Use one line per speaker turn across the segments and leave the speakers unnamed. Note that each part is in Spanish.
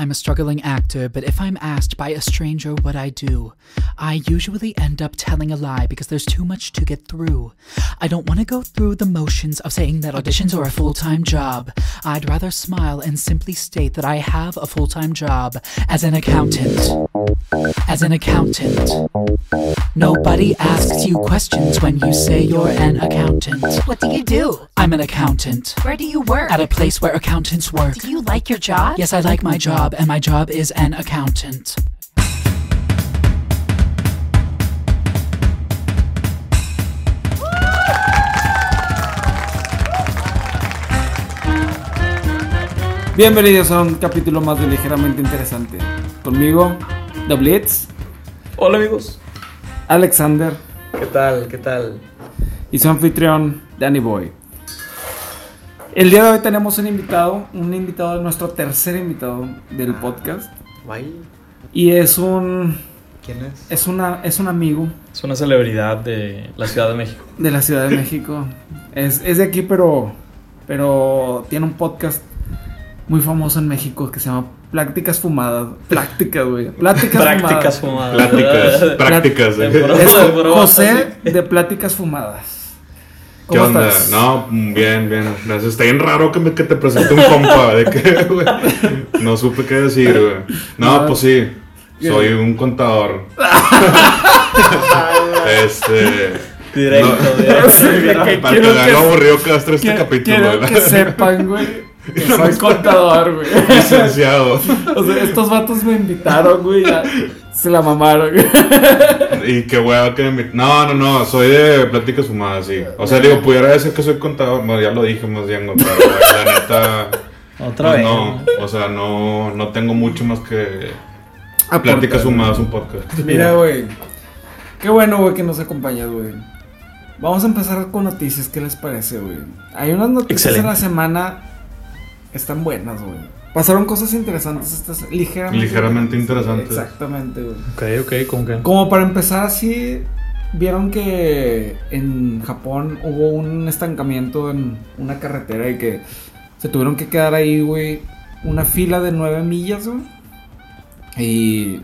I'm a struggling actor, but if I'm asked by a stranger what I do, I usually end up telling a lie because there's too much to get through. I don't want to go through the motions of saying that auditions are a full time job. I'd rather smile and simply state that I have a full time job as an accountant. As an accountant. Nobody asks you questions when you say you're an accountant.
What do you do?
I'm an accountant
Where do you work?
at a place where accountants work.
do you like your job?
Yes, I like my job, and my job is an accountant.
Bienvenidos a un capítulo más de Ligeramente Interesante. Conmigo, The Blitz,
Hola amigos.
Alexander
¿Qué tal? ¿Qué tal?
y su anfitrión, Danny Boy. El día de hoy tenemos un invitado, un invitado, nuestro tercer invitado del podcast.
Ah. Guay,
Y es un,
¿quién es?
es una, es un amigo
Es una celebridad de la Ciudad de México.
de la Ciudad de México. Es, es de aquí, pero, pero tiene un podcast muy famoso en México que se llama Prácticas Fumadas. Prácticas, güey. Pláticas
Prácticas
Fumadas.
fumadas.
Pláticas, prácticas.
De
¿eh?
broma.
Es
Todo de broma,
José de Pláticas Fumadas.
¿Qué
¿Cómo
onda?
estás?
No, bien, bien. Gracias. Está bien raro que, me, que te presente un compa. De que, güey, no supe qué decir, güey. No,
No.
pues sí. Soy un contador. este.
Directo,
No.
directo.
Que
Para
quiero
que vean
que-
lo aburrido que va a estar este
Quiero-
capítulo,
Quiero
¿verdad?
que sepan, güey, que soy contador, güey.
Licenciado.
O sea, estos vatos me invitaron, güey. ya Se la mamaron, güey.
Y qué hueva que me... No, no, no, soy de pláticas fumadas, sí. O sea, digo, pudiera decir que soy contador, bueno, ya lo dije más bien, güey, pero güey, la neta...
Otra
pues,
vez.
No, o sea, no, no tengo mucho más que... Ah, Pláticas fumadas, un podcast.
Mira, güey. Qué bueno, güey, que nos acompañas, güey. Vamos a empezar con noticias. ¿Qué les parece, güey? Hay unas noticias
Excelente.
en la semana. Están buenas, güey. Pasaron cosas interesantes. Estas ligeramente.
Ligeramente interesantes.
Exactamente, güey.
Ok, ok, ¿cómo que?
Como para empezar así, vieron que en Japón hubo un estancamiento en una carretera y que se tuvieron que quedar ahí, güey, una fila de nueve millas, güey. Y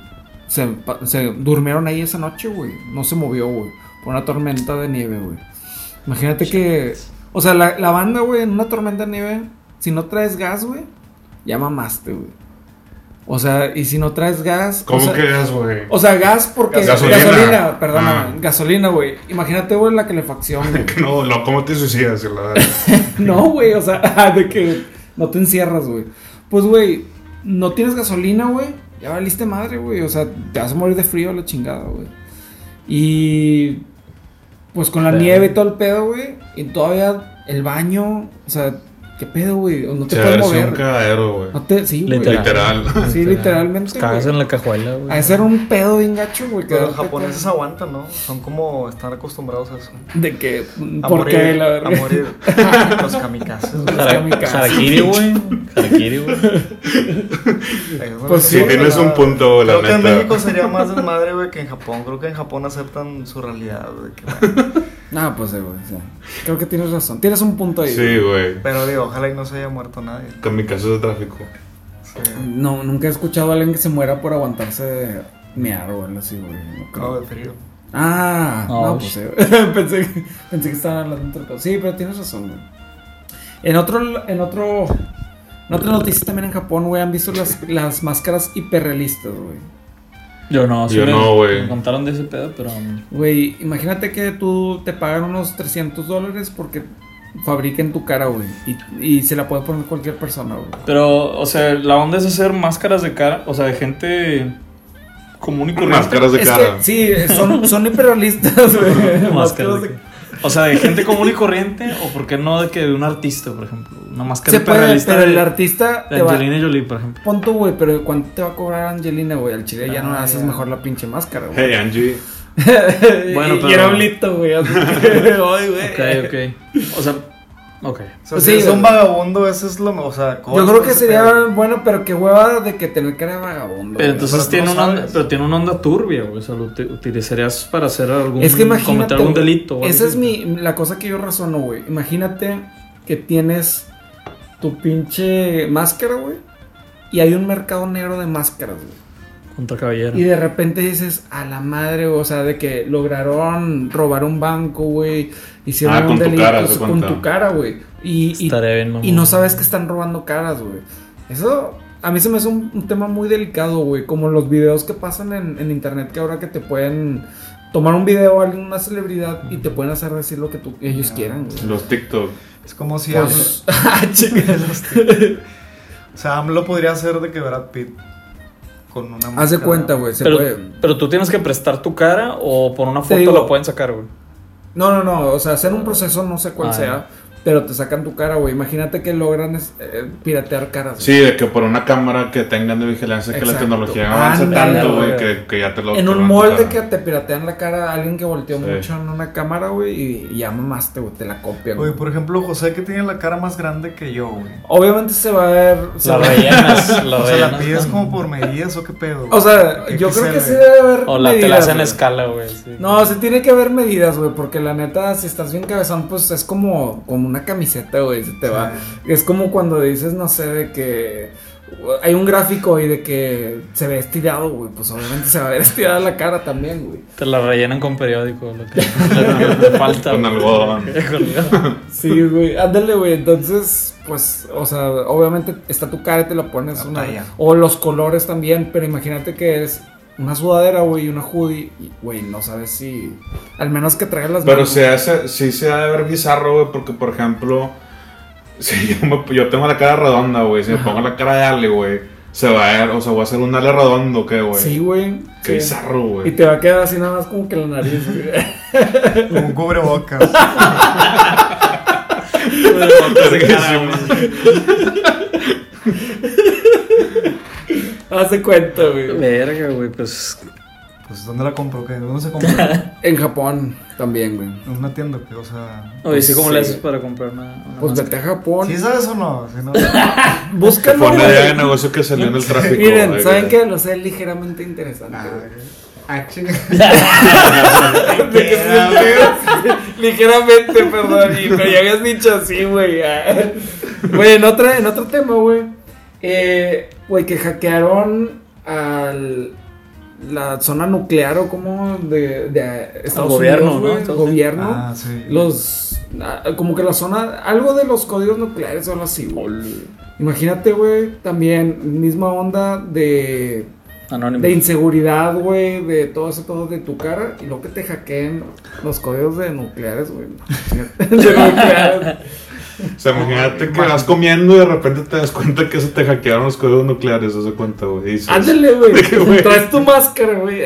se, pa- se durmieron ahí esa noche, güey. No se movió, güey. Por una tormenta de nieve, güey. Imagínate que... O sea, la, la banda, güey, en una tormenta de nieve, si no traes gas, güey, ya mamaste, güey. O sea, y si no traes gas... o
¿Cómo
sea-
que es, güey?
o sea, gas porque. Gasolina,
Gasolina.
perdóname.
Ah.
Gasolina, güey. Imagínate, güey, la calefacción, güey.
Que No, lo, ¿cómo te suicidas? La verdad?
No, güey, o sea, de que no te encierras, güey. Pues, güey, no tienes gasolina, güey. Ya valiste madre, güey. O sea, te vas a morir de frío a la chingada, güey. Y. Pues con la
Pero-
nieve y todo el pedo, güey. Y todavía el baño. O sea, ¿qué pedo, güey? No te
Se
puedes
ha sido un
mover.
cagadero, güey.
No te, sí, güey.
Literal.
Literal.
Sí, literalmente.
Pues cagas
güey.
en la cajuela, güey.
Ha de ser un pedo bien gacho, güey. que
Pero
de
los
repente-
japoneses aguantan, ¿no? Son como están acostumbrados a eso.
De que,
A
¿por
morir,
qué la
A
verdad?
morir. los kamikazes. güey.
Jara- mi casa.
Harakiri, güey. Harakiri, güey.
Eso no
Pues
es
sí,
una
tienes
mamada.
un punto, la
Creo que en
neta.
México sería más desmadre, güey, que en Japón. Creo que en Japón aceptan su realidad, güey. que bueno.
No, pues sí, güey. sí. Creo que tienes razón. Tienes un punto ahí.
Sí, güey.
Pero digo, ojalá y no se haya muerto nadie. eh,
Con mi caso de tráfico.
Sí.
No, nunca he escuchado a alguien que se muera por aguantarse de mear o algo así, güey. No creo.
No, de frío.
Ah, no,
Oh,
pues sí.
shit.
güey. pensé, que- pensé que estaban hablando de otra cosa. Sí, pero tienes razón, güey. En otro, en otro, en otra noticia también en Japón, güey, han visto las, las máscaras hiperrealistas, güey.
Yo no, sí
Yo
me-
no, güey.
Me contaron de ese pedo, pero. um,
Güey, imagínate que tú te pagan unos 300 dólares porque fabriquen tu cara, güey. Y, y se la puede poner cualquier persona, güey.
Pero, o sea, la onda es hacer máscaras de cara, o sea, de gente común y corriente.
Máscaras de
Es
cara.
que, sí, son, son hiperrealistas, güey.
Máscaras de
de-
O sea, de gente común y corriente, o por qué no de que de un artista, por ejemplo. Una máscara
Se puede,
hiperrealista
pero
de-
el artista
de
te va...
Angelina Jolie, por ejemplo.
Pon tú, güey, pero ¿cuánto te va a cobrar Angelina, güey? Al chile ya no
Ah,
haces
ya.
mejor la pinche máscara, güey.
Hey, Angie.
Bueno,
Y-
pero-
Y era un lito, güey. así que, ay, güey.
Ok, ok. Eh. O sea, ok.
O sea,
Pues Sí,
si es
güey.
un vagabundo, eso es lo. O sea,
Yo creo que sería bueno, pero qué hueva de que tener cara de vagabundo.
Pero
güey.
entonces
pero tú
tiene,
no
una onda,
sabes.
pero tiene una onda turbia, güey. O sea, lo uti- utilizarías para hacer algún.
Es que imagínate.
Cometer algún
güey,
delito. o
Esa
algo
es
así.
mi, la cosa que yo razono, güey. Imagínate que tienes tu pinche máscara, güey. y hay un mercado negro de máscaras, güey.
Contra caballero.
Y de repente dices, a la madre, o sea, de que lograron robar un banco, güey. Hicieron
Ah,
un
con tu
delito
cara, haz de
con
cuenta.
tu cara, güey. Y, y,
Estaré bien, mamón.
y no sabes que están robando caras, güey. Eso a mí se me hace un, un tema muy delicado, güey. Como los videos que pasan en, en internet que ahora que te pueden tomar un video a alguien, una celebridad, y te pueden hacer decir lo que tú, ellos quieran, güey.
Los TikTok.
Es como si
Pues,
AMLO,
ah, chinga.
o sea, AMLO podría hacer de que Brad Pitt con una
Haz de
máscara.
cuenta, güey. Se
Pero,
puede.
pero tú tienes que prestar tu cara o por una
Te
foto
digo-
la pueden sacar, güey.
No, no, no, o sea, hacer un proceso no sé cuál
Ah,
sea, pero te sacan tu cara, güey. Imagínate que logran es- eh, piratear caras.
Sí, de que por una cámara que tengan de vigilancia, que la
Exacto.
tecnología avance
Ándale,
tanto, güey,
güey.
que, que ya te lo.
güey. En
te lo
un
van
molde
tocando.
que te piratean la cara a alguien que volteó
Sí.
mucho en una cámara, güey, y, y ya mamaste, güey, te la copian.
Oye,
güey.
por ejemplo, José que tiene la cara más grande que yo, güey.
Obviamente se va a ver. se
La
va-
rellenas, la
O sea, la
rellenas
pides
con-
como por medidas o qué pedo.
O sea,
güey?
yo creo
XL.
que sí debe haber.
O la te la
medidas,
hacen a
güey.
escala, güey. sí.
No, se tiene que haber medidas, güey, porque la neta, si estás bien cabezón, pues es como, como una camiseta, güey, se te va. Es como cuando dices, no sé, de que uh, hay un gráfico y de que se ve estirado, güey, pues obviamente se va a ver estirada la cara también, güey.
Te la rellenan con periódico, lo que, lo que te falta.
Con
güey.
algodón.
Con algodón.
Sí, güey, ándale, güey, entonces, pues, o sea, obviamente está tu cara y te la pones
La
una...
talla.
O los colores también, pero imagínate que es una sudadera, güey, y una hoodie, y, güey, no sabes si... Al menos que traigas las
Pero
manos.
se hace, sí se ha de ver bizarro, güey, porque por ejemplo, si yo, me- yo tengo la cara redonda, güey, si me pongo la cara de Ale, güey, se va a ver, o sea, voy a hacer un Ale redondo, ¿qué, güey?
Sí, güey.
Qué
sí.
bizarro,
Y
güey.
te va a quedar así nada más como que la nariz, güey.
Como un cubrebocas.
Hace cuenta, güey.
Verga, güey, pues.
pues, ¿dónde la compro? ¿Qué? ¿Dónde se compra?
En Japón también, güey.
En una tienda, que, o sea...
Oye, Pues sí, ¿cómo
Sí.
le haces para comprar una, una
Pues
máscara?
vete a Japón.
¿Sí sabes o no? Si no
Que
Búscalo.
fue una idea de
güey.
negocio que salió en el tráfico.
Miren,
güey.
¿saben qué? Lo sé ligeramente interesante. güey.
ah, chinga.
De que sí, ligeramente, perdón, hijo. Ya habías dicho así, güey. Ah. Güey, en, otra- en otro tema, güey. Eh, güey, que hackearon al... La zona nuclear o como de, de Estados
gobierno,
Unidos,
¿no?
güey,
Estados Unidos.
Gobierno.
Ah, sí.
Los. ah, Como que la zona. Algo de los códigos nucleares o algo así, güey. Imagínate, güey. También, misma onda de.
Anónimo.
De inseguridad, güey. De todo eso, todo de tu cara. Y luego que te hackeen los códigos de nucleares, güey. de nucleares.
O sea, imagínate que vas comiendo y de repente te das cuenta que se te hackearon los códigos nucleares, eso cuenta, güey. y dices,
Ándale,
¿De qué, güey?
güey. Traes tu máscara, güey.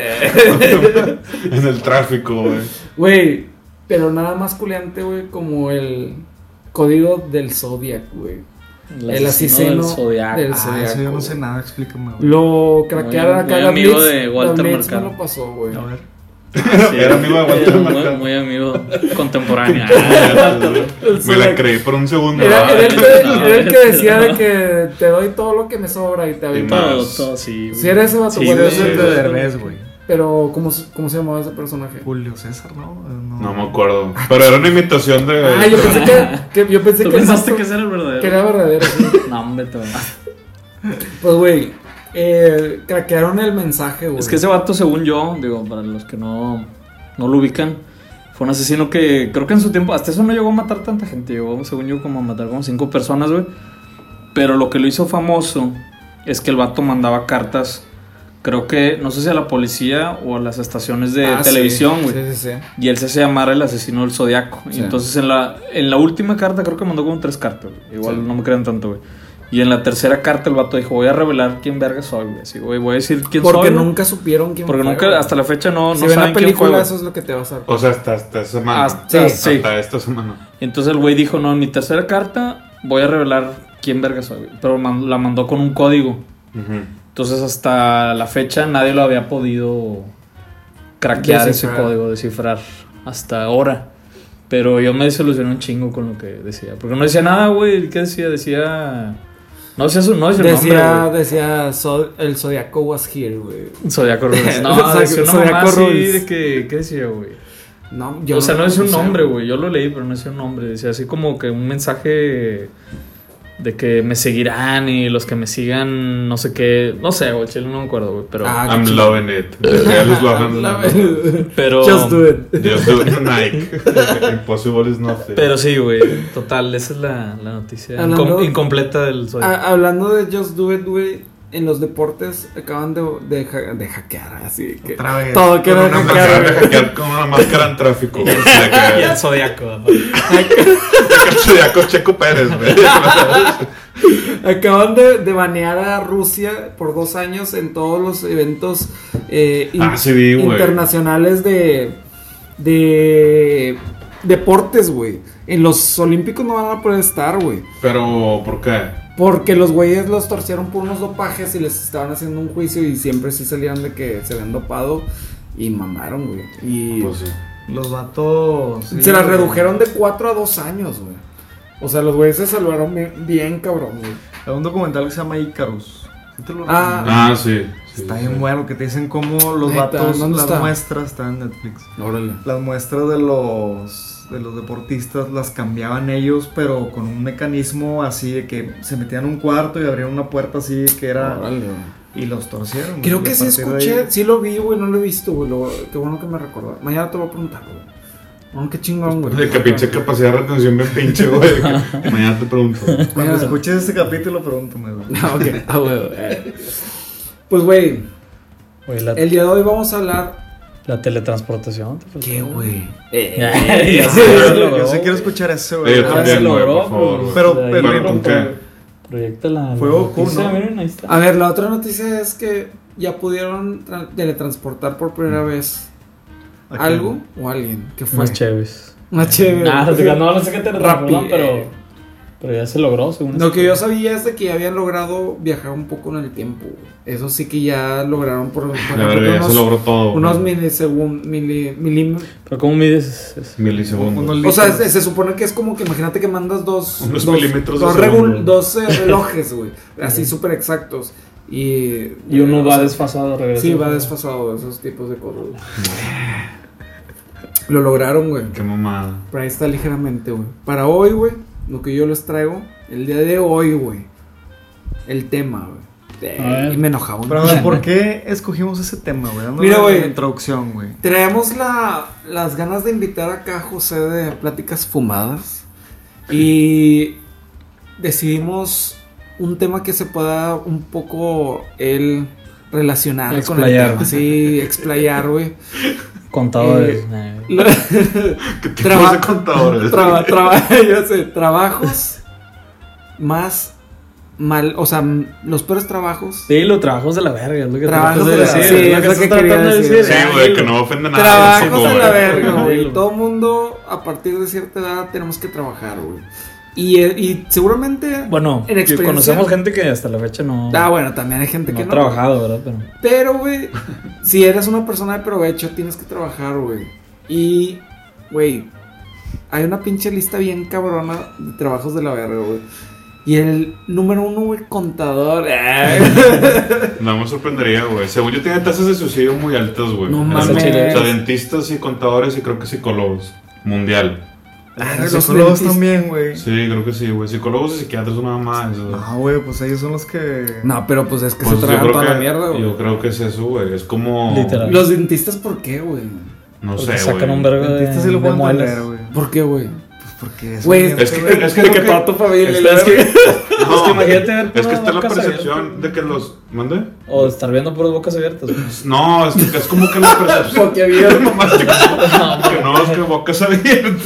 en el tráfico, güey.
Güey. Pero nada más culiante, güey, como el código del Zodiac, güey. el asesino
del Zodiaco.
del-
Ah,
Zodiaco,
eso yo no sé
güey.
nada, explícame, güey.
Lo craquearon
Muy-
acá
muy
la
amigo
Blitz,
de Walter
la Blitz me
Mercado.
lo pasó, güey.
A ver.
Era amigo de Walter
Era muy-
Mercado.
Muy amigo contemporáneo.
Me la creí por un segundo.
Era, era el que,
No,
era el que
no.
decía de que te doy todo lo que me sobra y te aviento.
más.
todo, todo, sí.
Si era ese vato,
Sí,
Julio
güey.
güey.
César de Derbez, güey.
Pero, ¿cómo, se- cómo se llamaba ese personaje?
Julio César, ¿no? No,
No me acuerdo. Pero era una imitación de.
Ah, yo pensé que, que- yo pensé
¿Tú
que, el
pensaste
vato-
que ese era el verdadero?
que era verdadero. sí.
No, hombre, tú.
Pues, güey, eh, craquearon el mensaje, güey.
Es que ese vato, según yo, digo, para los que no, no lo ubican, fue un asesino que creo que en su tiempo, hasta eso no llegó a matar tanta gente, llegó, según yo, como a matar como cinco personas, güey. Pero lo que lo hizo famoso es que el vato mandaba cartas, creo que, no sé si a la policía o a las estaciones de
Ah, sí,
televisión, güey.
Sí, sí, sí.
Y él se hace llamar el asesino del zodiaco. Y
Sí.
entonces en la, en la última carta creo que mandó como tres cartas. güey. Igual
Sí.
no me crean tanto, güey. Y en la tercera carta el vato dijo, voy a revelar quién verga soy, güey. Así, güey, voy a decir quién
Porque
soy. güey.
nunca supieron quién
Porque
fue,
nunca,
güey.
hasta la fecha no,
Si
no
ven la
saben quién fue.
película,
güey.
eso es lo que te vas a...
O sea, hasta, hasta esta semana.
Hasta,
Ah, Sí.
sí.
Hasta esta semana.
Entonces el güey dijo, no, en mi tercera carta voy a revelar quién verga soy. güey. Pero man- la mandó con un código.
Ujú.
Entonces hasta la fecha nadie lo había podido craquear ese
Descifrar.
código, descifrar hasta ahora. Pero yo me desilusioné un chingo con lo que decía. Porque no decía nada, güey. ¿Qué decía? Decía... No decía su, no decía el
Decía,
nombre,
decía, "Zo- el zodiaco was here, güey.
güey. Zodiaco Rules. No,
Zodiaco-
decía una mamá
Zodiaco
así
Rules.
de que... ¿Qué decía, güey?
No, yo
o sea, no es un
sé,
nombre, güey. Yo lo leí, pero no es un nombre. Decía así como que un mensaje De que me seguirán y los que me sigan, no sé qué. No sé, güey, chile, no me acuerdo, güey. Pero.
Ah,
I'm loving it. Ya les bajan-
pero
Just do it.
Just do it, Nike. Impossible is nothing.
Pero sí, güey. Total, esa es la, la noticia incom-
Hablando-
incompleta del sueño.
Ah, hablando de Just Do It, güey, en los deportes acaban de, de, ha- de hackear, así que...
Otra vez.
Todo
Con
queda
una
hackeado,
máscara-
güey.
hackear con una máscara en tráfico. güey.
Ah.
y
De
el zodiaco.
que- Zodiaco Checo Pérez, güey.
Acaban de, de banear a Rusia por dos años en todos los eventos eh, in-
Ah, sí vi, güey.
internacionales de, de deportes, güey. En los Olímpicos no van a poder estar, güey.
Pero, ¿por qué?
Porque los güeyes los torcieron por unos dopajes y les estaban haciendo un juicio y siempre sí salían de que se habían dopado y mamaron, güey. Y
Pues sí.
Los vatos. sí,
se las
güey.
redujeron de 4 a 2 años, güey. O sea, los güeyes se salvaron bien, bien cabrón, güey.
Hay un documental que se llama Icarus. Sí te lo
Ah.
recomiendo.
Ah, sí. sí,
Está
sí.
bien bueno que te dicen cómo los
Neta,
vatos,
¿dónde
las
está?
muestras están en Netflix.
Órale.
Las muestras de los de los deportistas las cambiaban ellos, pero con un mecanismo así de que se metían a un cuarto y abrían una puerta así que era
Órale, güey.
y los torcieron.
Ah, Creo
y
que
a
sí
partir de
escuché,
ahí-
sí lo vi, güey, no lo he visto, güey. lo- Qué bueno que me recordó. Mañana te voy a preguntar, güey. No, qué chingón, güey.
Pues De que pinche capacidad de retención bien pinche, güey. de que- Mañana te pregunto.
Cuando escuches este capítulo pregúntame. güey.
Ah, ok. Ah, güey, eh. Pues, güey,
Güey, la,
el día de hoy vamos a hablar.
la teletransportación.
güey?
Ya se
Yo sí-
logró,
Yo sí quiero
güey.
escuchar eso,
Eh,
güey.
yo
Ah,
también,
se
güey,
logró,
por favor,
pues,
güey.
Pero-
ahí
pero-
lo
¿con
proyecta-
qué?
Proyecta la.
Fue Goku,
noticia,
¿no?
miren, ahí está.
A ver, la otra noticia es que ya pudieron tra- teletransportar por primera vez
¿A
algo o alguien. ¿Qué fue?
Más chéveres.
Más chévere.
Nah, no, te creas, no, no sé qué te
Rappi,
retransforman,
eh.
pero. Pero ya se logró, según
Lo
esto.
que yo sabía es de que ya habían logrado viajar un poco en el tiempo. güey. Eso sí que ya lograron por, por
La
ejemplo,
verga, ya se
pues, unos-
logró todo.
Unos
güey.
milisegun- mili- milim-
Pero ¿cómo mides eso?
milisegundos.
Unos-
O sea, se, se supone que es como que imagínate que mandas dos.
Unos
dos,
milímetros de
dos,
segundo.
regul- dos, eh, relojes, güey. así súper exactos. Y,
Y uno
o
va
sea,
desfasado, regresa.
Sí, va desfasado, esos tipos de cosas. güey. Lo lograron, güey.
Qué mamada.
Pero ahí está ligeramente, güey. Para hoy, güey, lo que yo les traigo, el día de hoy, güey. El tema, güey. Eh,
ver.
Y me enojaba. un
Pero a ver,
chingo.
¿por qué escogimos ese tema, güey? Dando
Mira,
la
güey.
Introducción, güey.
Traemos la- las ganas de invitar acá a José de Pláticas Fumadas. Y decidimos un tema que se pueda un poco él relacionar
Explayar.
con el tema. Sí, explayar, güey.
Contadores.
Eh,
nah, güey.
Lo-
¿Qué tipos
Traba-
de contadores?
traba- traba- ya sé, trabajos más mal, o sea, los peores trabajos.
Sí, lo trabajos de la verga, es lo que
Trabajos
tratas
de la- sí, es lo que
estás
quería
tratando de
decir.
Sí, güey, que no ofende a nadie.
Trabajos
tampoco,
a la
güey.
verga, güey.
Dilo.
Todo mundo a partir de cierta edad tenemos que trabajar, güey. Y, eh, y seguramente.
Bueno,
En
que
experiencia-
conocemos gente que hasta la fecha no,
Ah, bueno, también hay gente
no
que
ha
no.
trabajado, ¿verdad? Pero
Pero, güey, si eres una persona de provecho, tienes que trabajar, güey. Y, güey, hay una pinche lista bien cabrona de trabajos de la verga, güey. Y el número uno, güey, contador. eh.
No me sorprendería, güey. Según yo, tiene tasas de suicidio muy altas, güey.
No
En el-
mames.
O sea, dentistas y contadores y creo que psicólogos. Mundial.
Ah,
los
los psicólogos
dentistas.
también, güey.
Sí, creo que sí, güey. Psicólogos y psiquiatras, una mamá. Eso,
No, güey, pues ellos son los que.
no, pero pues es que
Pues
se
yo
tragan
creo
toda
que-
la mierda, güey.
Yo creo que es eso, güey. Es como.
Literal.
Los dentistas, ¿por qué, güey?
No
porque
sé,
pues,
güey.
sacan un vergo de,
Dentistas sí
de
lo pueden entender,
muelas.
güey.
¿Por qué, güey?
Pues porque es.
Güey,
un
Es que,
diente,
es que,
De
creo que-
toda tu familia.
Es que- es que-
No,
Es que imagínate ver
Es
puro
que está la
boca
percepción de que los. ¿Mande?
o estar viendo puras bocas abiertas. güey.
No, es, que- es como que la percepción.
Porque había-
Nomás que, que no, es que bocas abiertas.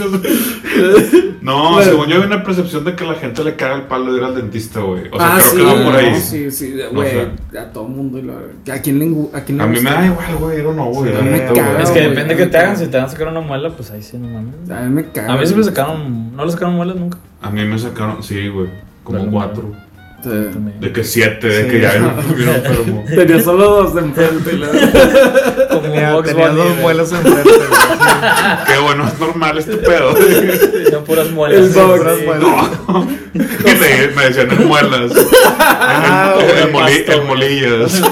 güey. No, según yo, hay una percepción de que la gente le caga el palo de ir al dentista, güey. O sea,
ah,
creo
sí,
que va por ahí.
no, sí, sí, güey, a todo mundo, y la- a quién le, engu- a quién le
A mí me
gusta?
da igual, güey, ir o no, güey.
Sí,
la
me
neta,
caga,
güey.
es que
güey,
depende
a
que
mí
te hagan.
también.
Si te van a sacar una muela, pues ahí sí, no mames.
A mí me caga.
A mí siempre
güey.
sacaron. No le sacaron muelas nunca.
A mí me sacaron, sí, güey, como
Dale,
cuatro.
Sí.
De que siete, de que ya vino enfermo.
Tenía solo dos de enfrente. la-
Como un
Tenía,
Box
tenía
Bunny,
dos
güey.
muelas enfrente, güey.
Qué bueno, es normal este pedo.
Tenía puras muelas.
El
sí,
Box
puras
Bunny.
muelas.
No. Y le- me decían en muelas.
Ah,
El,
güey.
moli-
pasto,
el molillas.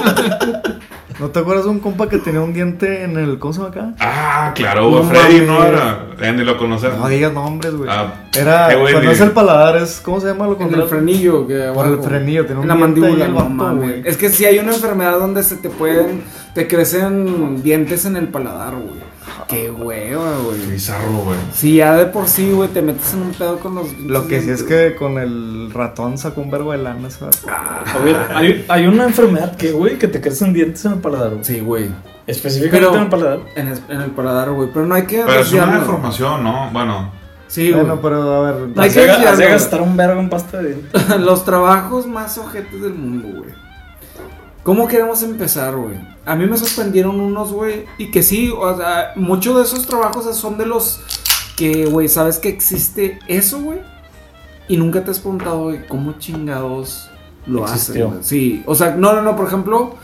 ¿No te acuerdas de un compa que tenía un diente en el. ¿Cómo se llama acá?
Ah, claro, güey,
No
Freddy no
mames.
era. Eh, ni lo conocemos.
No digas nombres, güey.
Ah,
Era.
qué
o sea,
bueno,
no es
y-
el paladar, es. ¿Cómo se llama lo
Con el
contrario?
frenillo. Que,
Con el frenillo, tiene un
En la
diente ahí
mandíbula,
el
no
vato,
mames.
güey.
Es que si hay una enfermedad donde se te pueden. Te crecen dientes en el paladar, güey. Qué hueva,
Qué
güey.
bizarro, güey.
Si ya de por sí, güey, te metes en un pedo con los.
Lo que sí es que con el ratón sacó un verbo de lana, ¿sabes?
A ver, hay, hay una enfermedad que, güey, que te crecen dientes en el paladar. güey.
Sí, güey.
Específicamente
Pero-
en el paladar.
En, es- en el paladar, güey. Pero no hay que.
Pero es una
desviarnos.
deformación, ¿no? Bueno,
Sí, güey.
bueno, pero a ver.
Hay
Así
que
haga- así
desviarnos.
gastar un vergo en pasta de dientes.
Los trabajos más ojetes del mundo, güey. ¿Cómo queremos empezar, güey? A mí me sorprendieron unos, güey. Y que sí, o sea, muchos de esos trabajos son de los que, güey, sabes que existe eso, güey. Y nunca te has preguntado, güey, cómo chingados lo
Existió.
hacen. güey? Sí, o sea, no, no, no, por ejemplo,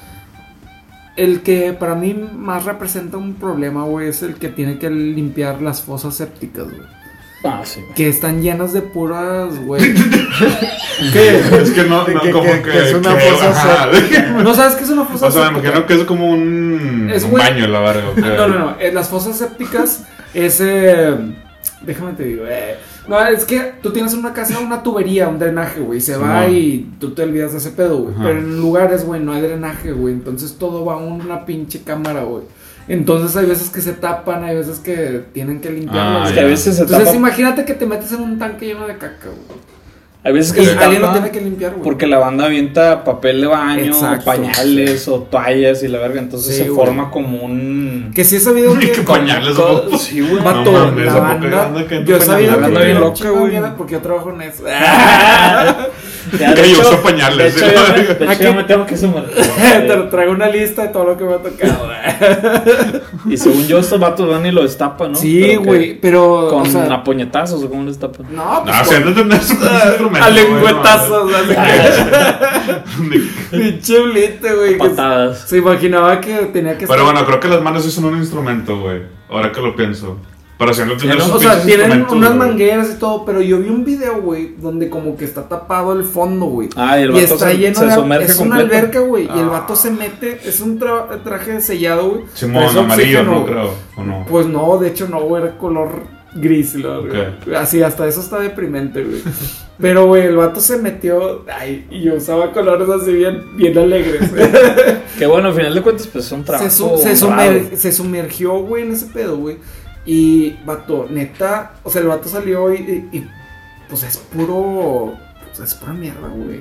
el que para mí más representa un problema, güey, es el que tiene que limpiar las fosas sépticas, güey.
Ah, sí, güey.
Que están llenas de puras, güey.
es que no,
Que-
no
que-
como
que-
que,
que es una
que-
fosa
ajá.
¿No sabes qué es una fosa
O sea, me
séptica?
imagino que es como un,
Es
un
güey-
baño, la verga. ok.
No, no, no. eh, Las fosas sépticas es. eh, déjame te digo. eh, no, es que tú tienes una casa, una tubería, un drenaje, güey. Se
Sí,
va
no.
y tú te olvidas de ese pedo, güey.
Ajá.
Pero en lugares, güey, no hay drenaje, güey. Entonces todo va a una pinche cámara, güey. Entonces hay veces que se tapan, hay veces que tienen que limpiarlo.
Ah,
güey.
ya.
se
Entonces
tapa-
imagínate que te metes en un tanque lleno de caca, güey.
Hay veces que
Y
se
alguien lo
tapa
tiene que limpiar, güey.
porque la banda avienta papel de baño,
Exacto.
pañales o toallas y la verga, ences
Sí,
se
güey.
forma como un
Que sí he sabido
Y que pañales,
co-
güey.
sí, güey.
Vato,
No mames,
la
¿a poco hay
banda.
banda que
Yo he
te
sabido que
pañales?
Banda bien
tiene un
loca,
chingo de
güey.
mierda porque yo trabajo en eso.
Ya,
Que yo
hecho-
uso pañales,
De
¿eh?
sí,
hecho,
la
yo, me-
verga.
de hecho, yo me tengo que sumar.
Te lo traigo una lista de todo lo que me ha tocado.
y según yo, estos vatos van y lo destapan, ¿no?
Sí,
Pero que-
güey, pero.
Con
o sea,
apuñetazos o cómo lo destapan.
No,
Ah, No,
pues.
si han de tener su pinche
con-
instrumento.
a
güey, no
lengüetazos, así que.
mames.
Pinche blite, güey. que
Patadas.
Se imaginaba que tenía que
Pero
estar-
bueno, creo que las manos sí son un instrumento, güey. Ahora que lo pienso. Pero si han de tener sus
O sea,
pinches
tienen
instrumentos,
unas
güey.
mangueras y todo, pero yo vi un video, güey, donde como que está tapado el fondo, güey.
Ah, y el
y
vato
está
se-
lleno
se
de
sumerge
Es una
completo.
alberca, güey.
Ah.
Y el vato se mete. Es un tra- traje sellado, güey.
Simón,
Traes
amarillo,
oxígeno,
no
güey.
creo. ¿O no?
Pues no, de hecho no, güey, era color gris, la verdad.
Ok.
güey. Así, hasta eso está deprimente, güey. Pero, güey, el vato se metió, ay, y usaba colores así bien, bien alegres. güey.
Que bueno, al final de cuentas, pues son
se,
trabajos.
su- se
honrados.
sumer- se sumergió, güey, en ese pedo, güey. Y, vato, neta, o sea, el vato salió y, y- y, pues es puro, pues es pura mierda, güey.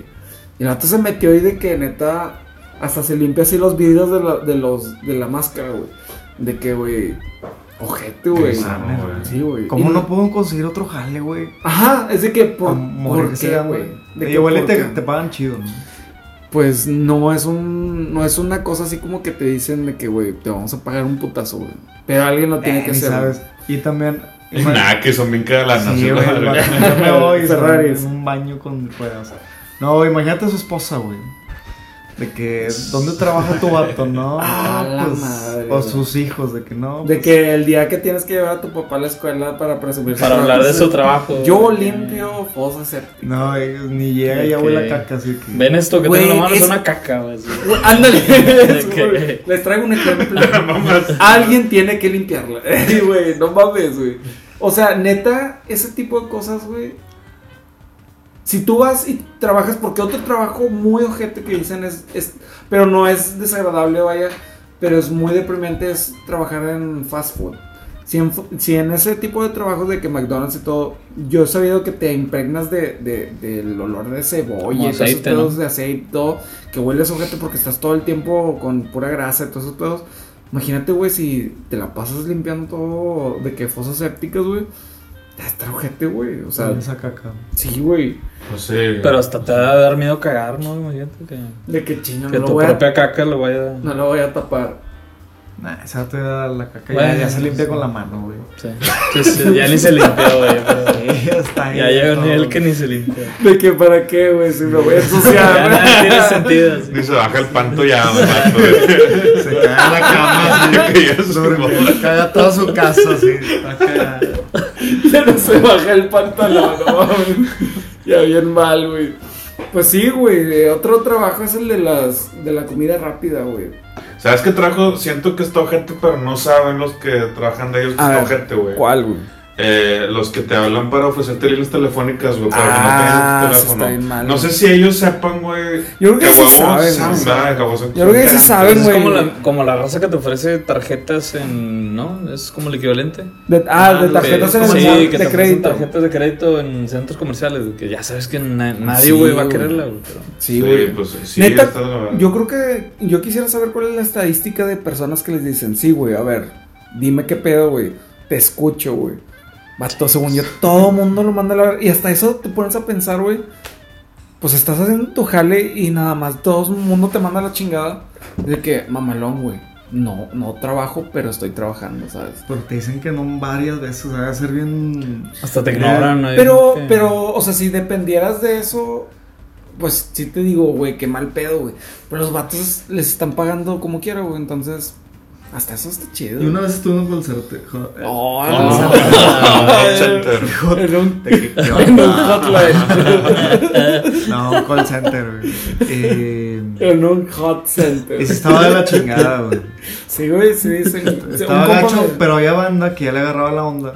Y el vato se metió y de que, neta, hasta se limpia así los vidrios de, la- de los, de la máscara, güey. De que, güey, ojete, güey.
mames,
güey.
Sí, güey.
¿Cómo
Y-
no puedo conseguir otro jale, güey?
Ajá, es de que por,
Morir
¿por qué, güey. De
Y
que
igual y
por
te,
qué.
te pagan chido, ¿no?
Pues no es un no es una cosa así como que te dicen de que güey, te vamos a pagar un putazo, güey. Pero alguien lo tiene
Eh,
que
ni
hacer.
sabes. Y también.
Y Nah, que son bien calanas.
Sí, güey, el vato,
güey.
yo me voy y se va
Ferraris.
en un baño con ruedas. No, imagínate a su esposa, güey. De que, ¿dónde trabaja tu vato? No,
Ah, la
pues,
madre,
O
güey.
sus hijos, de que no.
De
pues,
que el día que tienes que llevar a tu papá a la escuela para presumir su
Para hablar de
trabajo,
su trabajo.
Yo
güey.
limpio fosas sépticas.
No, eh, ni llega y
De
ya huele a
que-
caca, así que. pues,
Ven esto que
Güey,
tengo en la mano, es
es-
una caca, güey. sí.
Güey, Ándale.
De que-
güey. Les traigo un ejemplo.
Mamás.
Alguien tiene que limpiarla. Sí, güey, no mames, güey. O sea, neta, ese tipo de cosas, güey. Si tú vas y trabajas, porque otro trabajo muy ojete que dicen es, es- Pero no es desagradable, vaya. Pero es muy deprimente, es trabajar en fast food. Si en, fu- si en ese tipo de trabajos de que McDonald's y todo, yo he sabido que te impregnas de, de- del olor de
Como
cebolla, y todos esos
aceite, ¿no?
pedos de aceite, y todo, que hueles ojete porque estás todo el tiempo con pura grasa y todos esos pedos. Imagínate, güey, si te la pasas limpiando todo de que fosas sépticas, güey. Te va a estar ojete, güey. O sea,
huele esa caca.
sí, güey.
Pues sí. güey.
Pero hasta te va a dar miedo cagar, ¿no? Imagínate que,
De que chino,
que
no, lo
tu
voy a,
propia caca lo vaya a.
no lo voy a tapar.
Nah, esa te da la caca. ya-
Bueno,
ya, se limpia
sí.
con la mano, güey.
Sí. Sí, sí, ya ni se limpió, güey. pero-
Ya está ahí
Ya llega un
todo.
nivel que ni se limpia.
De que para qué, güey, si me voy a
Ya nada tiene
ensuciar.
sentido. sí.
Ni se baja el panto ya, güey, vato, güey.
Se cae en la cama, así.
Que ya se
Sobre, caga toda su casa, así. Está cagada.
Ya no se baja el pantalón, no mames. Ya bien mal, güey. Pues sí, güey. eh, Otro trabajo es el de las de la comida rápida, güey.
¿Sabes qué trabajo? Siento que está ojete, pero no saben los que trabajan de ellos que
A
está
ver,
ojete, güey.
¿Cuál, güey?
Eh, los que te hablan para ofrecerte líneas telefónicas, güey, para
Ah,
que no tengas
eso
tu
está
teléfono.
bien mal,
no
güey.
sé si ellos sepan, güey.
Yo creo que sí
a huevo
saben, güey.
¿verdad? Que a huevo se-
Yo creo que sí saben,
Es
güey.
como la, como la raza que te ofrece tarjetas en. ¿No? Es como el equivalente.
De- ah, de tarjetas
sí,
en el
sí,
mar- de
que te ofrecen
crédito.
tarjetas de crédito en centros comerciales. Que ya sabes que na- nadie, güey, va a
güey.
quererla, güey. pero-
Sí,
Sí,
güey.
pues sí,
Neta,
está de la verga.
yo creo que yo quisiera saber cuál es la estadística de personas que les dicen, sí, güey, a ver, dime qué pedo, güey, te escucho, güey. Vato, según yo, todo mundo lo manda a la verga. Y hasta eso te pones a pensar, güey. Pues estás haciendo tu jale y nada más todo el mundo te manda a la chingada. De que, mamalón, güey. No, no trabajo, pero estoy trabajando, ¿sabes?
Pero te dicen que no varias veces, debe ser bien.
Hasta te ignoran, güey,
Pero,
que-
pero, o sea, si dependieras de eso, pues sí te digo, güey, qué mal pedo, güey. Pero los vatos les están pagando como quiera, güey. Entonces, hasta eso está chido.
Y una vez estuve en un concerte. jo-
Oh,
No, no,
no.
no, call center.
Era un-
de que-
era un hotline.
No, call center, güey. Eh,
En un hot
y
center.
sí estaba de la chingada, güey.
Sí, güey, sí, dicen.
Estaba
un compa
gacho,
me-
pero había banda que ya le agarraba la onda.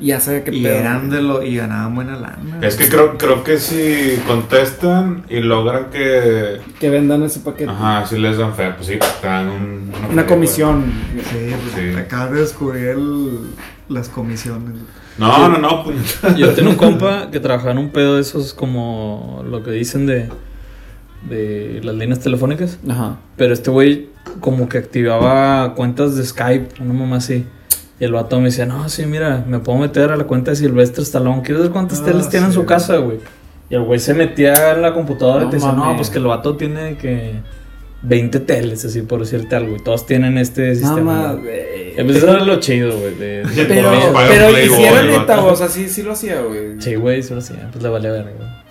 Y ya sabía qué
Y
pedo.
eran de lo. Y ganaban buena lana.
Es que creo, creo que si contestan y logran que.
Que vendan ese paquete.
Ajá, si les dan fe, pues sí, te dan un-
Una
fe,
comisión.
Sí, pues
Sí.
acabas de descubrir el- las comisiones.
güey. No, no, no, pues.
Yo tengo un compa que trabajaba en un pedo de esos como lo que dicen de, de las líneas telefónicas.
Ajá.
Pero este güey como que activaba cuentas de Skype, una mamá así. Y el vato me decía, no, sí, mira, me puedo meter a la cuenta de Silvestre Stallone. Quiero ver cuántas
Ah,
teles tiene en
sí.
su casa, güey. Y el güey se metía en la computadora y
No
te decía, no,
mames.
pues que el vato tiene que 20 teles, así por decirte algo. Y todos tienen este
Nada
sistema.
más.
güey.
güey.
En vez de darle pues, lo chido, güey. de- de-
Pero,
Vamos a pagar
pero
un Playboy,
hicieron
el
neta,
vato.
güey, o sea, sí, sí lo hacía, güey.
Sí, güey, eso lo hacía, pues le valía verga. güey.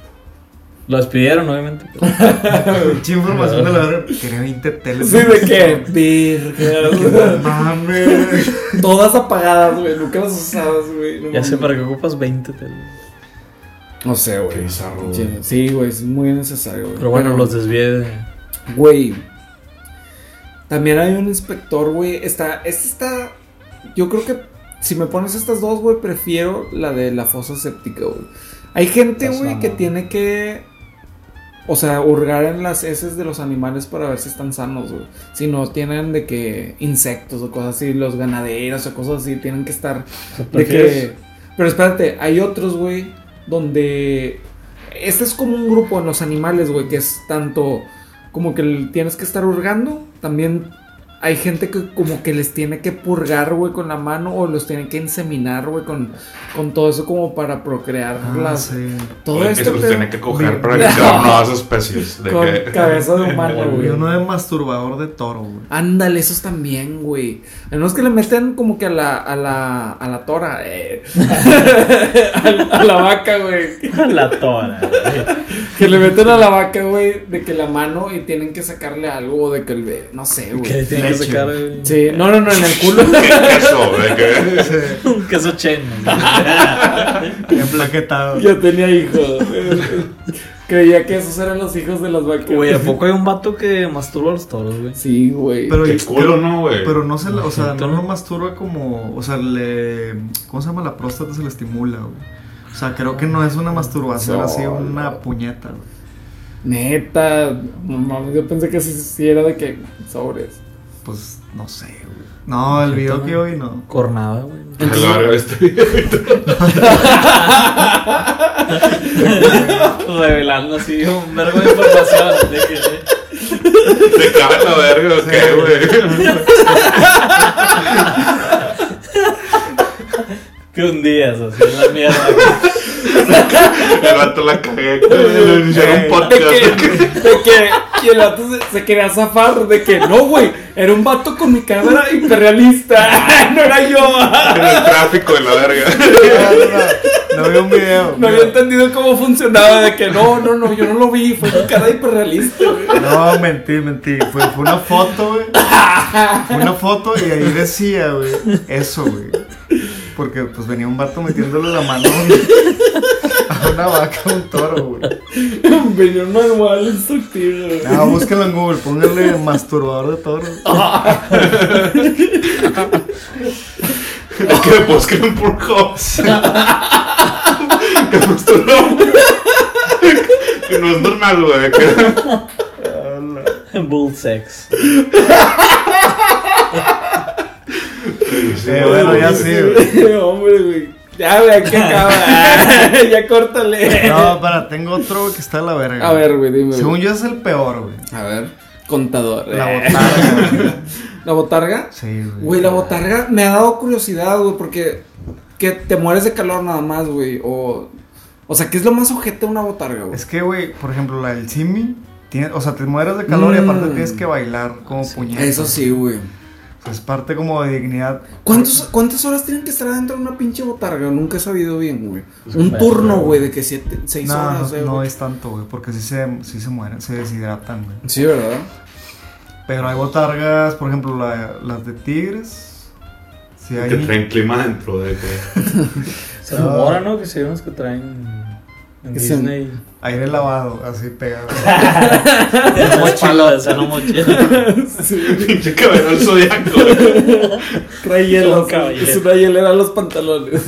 Lo despidieron, obviamente. pero-
Mucha información de la verga. Quería 20 teles.
Sí, de que. Virgen.
Mames.
Todas apagadas, güey. Nunca las usabas, güey. No
ya sé
mames.
para qué ocupas 20 teles.
No sé,
Qué
güey.
bizarro, güey.
Sí, Sí, güey, es muy necesario, güey.
Pero bueno, los desvié de-
Güey. También hay un inspector, güey. Está. Esta está. Yo creo que si me pones estas dos, güey, prefiero la de la fosa séptica, güey. Hay gente,
Estás
güey, que
mamón.
tiene que. O sea, hurgar en las heces de los animales para ver si están sanos, güey. Si no tienen de que insectos o cosas así, los ganaderos o cosas así, tienen que estar de
¿prefieres?
que... Pero espérate, hay otros, güey, donde... Este es como un grupo en los animales, güey, que es tanto como que l- tienes que estar hurgando. También hay gente que como que les tiene que purgar, güey, con la mano o los tiene que inseminar, güey, con, con todo eso como para procrear
Ah,
las...
sí.
Todo
Oye,
esto...
que se los tienen que coger para crear nuevas especies. De
Con
que-
cabeza de humano,
Y
güey.
uno de masturbador de toro, güey.
Ándale, esos también, güey. A menos que le meten como que a la, a la, a la tora, eh. a, a la vaca, güey.
la tora. güey.
Que le meten a la vaca, güey, de que la mano y tienen que sacarle algo, de que el, no sé,
Que le
güey.
tienen que
Leche.
sacar güey,
Sí, no, no, no, en el culo.
¿Qué queso? De que-
un queso chen.
Emplaquetado.
Yo tenía hijos. Creía que esos eran los hijos de las vacas.
Güey, ¿a poco hay un vato que masturba a los toros, güey?
Sí, güey.
Pero,
Qué culo, ¿no, güey?
Pero no se la, o sea, no
Ujú.
lo masturba como, o sea, le, ¿cómo se llama? La próstata se le estimula, güey. O sea, creo que no es una masturbación
No,
así, una
no.
puñeta, güey.
Neta, no mames, yo pensé que sí, sí era de que sobres.
Pues, no sé, güey. No, el video que hoy no.
Cornada, güey.
A la verga, este-
Revelando así un vergo de información. De que,
Te cae la verga, ¿o qué, güey?
que un día es así, en la mierda.
El vato la cagué. güey, Hicieron un
De
podcast. de
que,
que-
de que y el vato se, se quería zafar de que no, güey, era un vato con mi cámara hiperrealista, no era yo.
En el tráfico de la verga.
No, no, no, vi un video.
No había entendido cómo funcionaba, de que no, no, no, yo no lo vi, fue mi cara hiperrealista. güey.
No, mentí, mentí. Fue, fue una foto, güey. Fue una foto y ahí decía, güey, eso, güey. Porque pues venía un vato metiéndole la mano. güey. a una vaca o un toro, güey.
Venía un manual instructivo, güey.
Ah, búsquenlo en Google, pónganle masturbador de toro.
que me busquen por cosas. que pues tú no. que no es normal, güey. que-
Bull sex.
Eh, bueno, ya sí, güey.
Este
Hombre, güey. Ya, güey, aquí acaba. ya córtale.
No, para, tengo otro que está a la verga.
A ver, güey, dime. güey.
Según yo es el peor, güey.
A ver, contador.
La botarga. güey.
¿La botarga?
Sí, güey.
Eh. Güey, la botarga me ha dado curiosidad, güey, porque que te mueres de calor nada más, güey. O, o sea, ¿qué es lo más ojete de una botarga, güey?
Es que, güey, por ejemplo, la del simi. tiene- o sea, te mueres de calor y aparte
Mm.
tienes que bailar como puñetas.
Eso sí, güey.
Es parte como de dignidad.
¿Cuántos- ¿Cuántas horas tienen que estar adentro de una pinche botarga? Nunca he sabido bien, güey. Un
me-
turno, güey, de que siete, seis
No,
horas,
no,
eh,
no
güey.
es tanto, güey, porque sí se, sí se mueren, se deshidratan, güey.
Sí, ¿verdad?
Pero hay botargas, por ejemplo, la- las de tigres. Sí, hay.
Que traen clima dentro de que.
Se rumora, ¿no? Que se hay unos que traen en
Que se-
Disney.
Aire lavado, así pegado.
Pues,
mochila, esa no mochila.
Pinche cabello al zodiaco.
Trae hielo,
caballero.
es una hielera a los pantalones.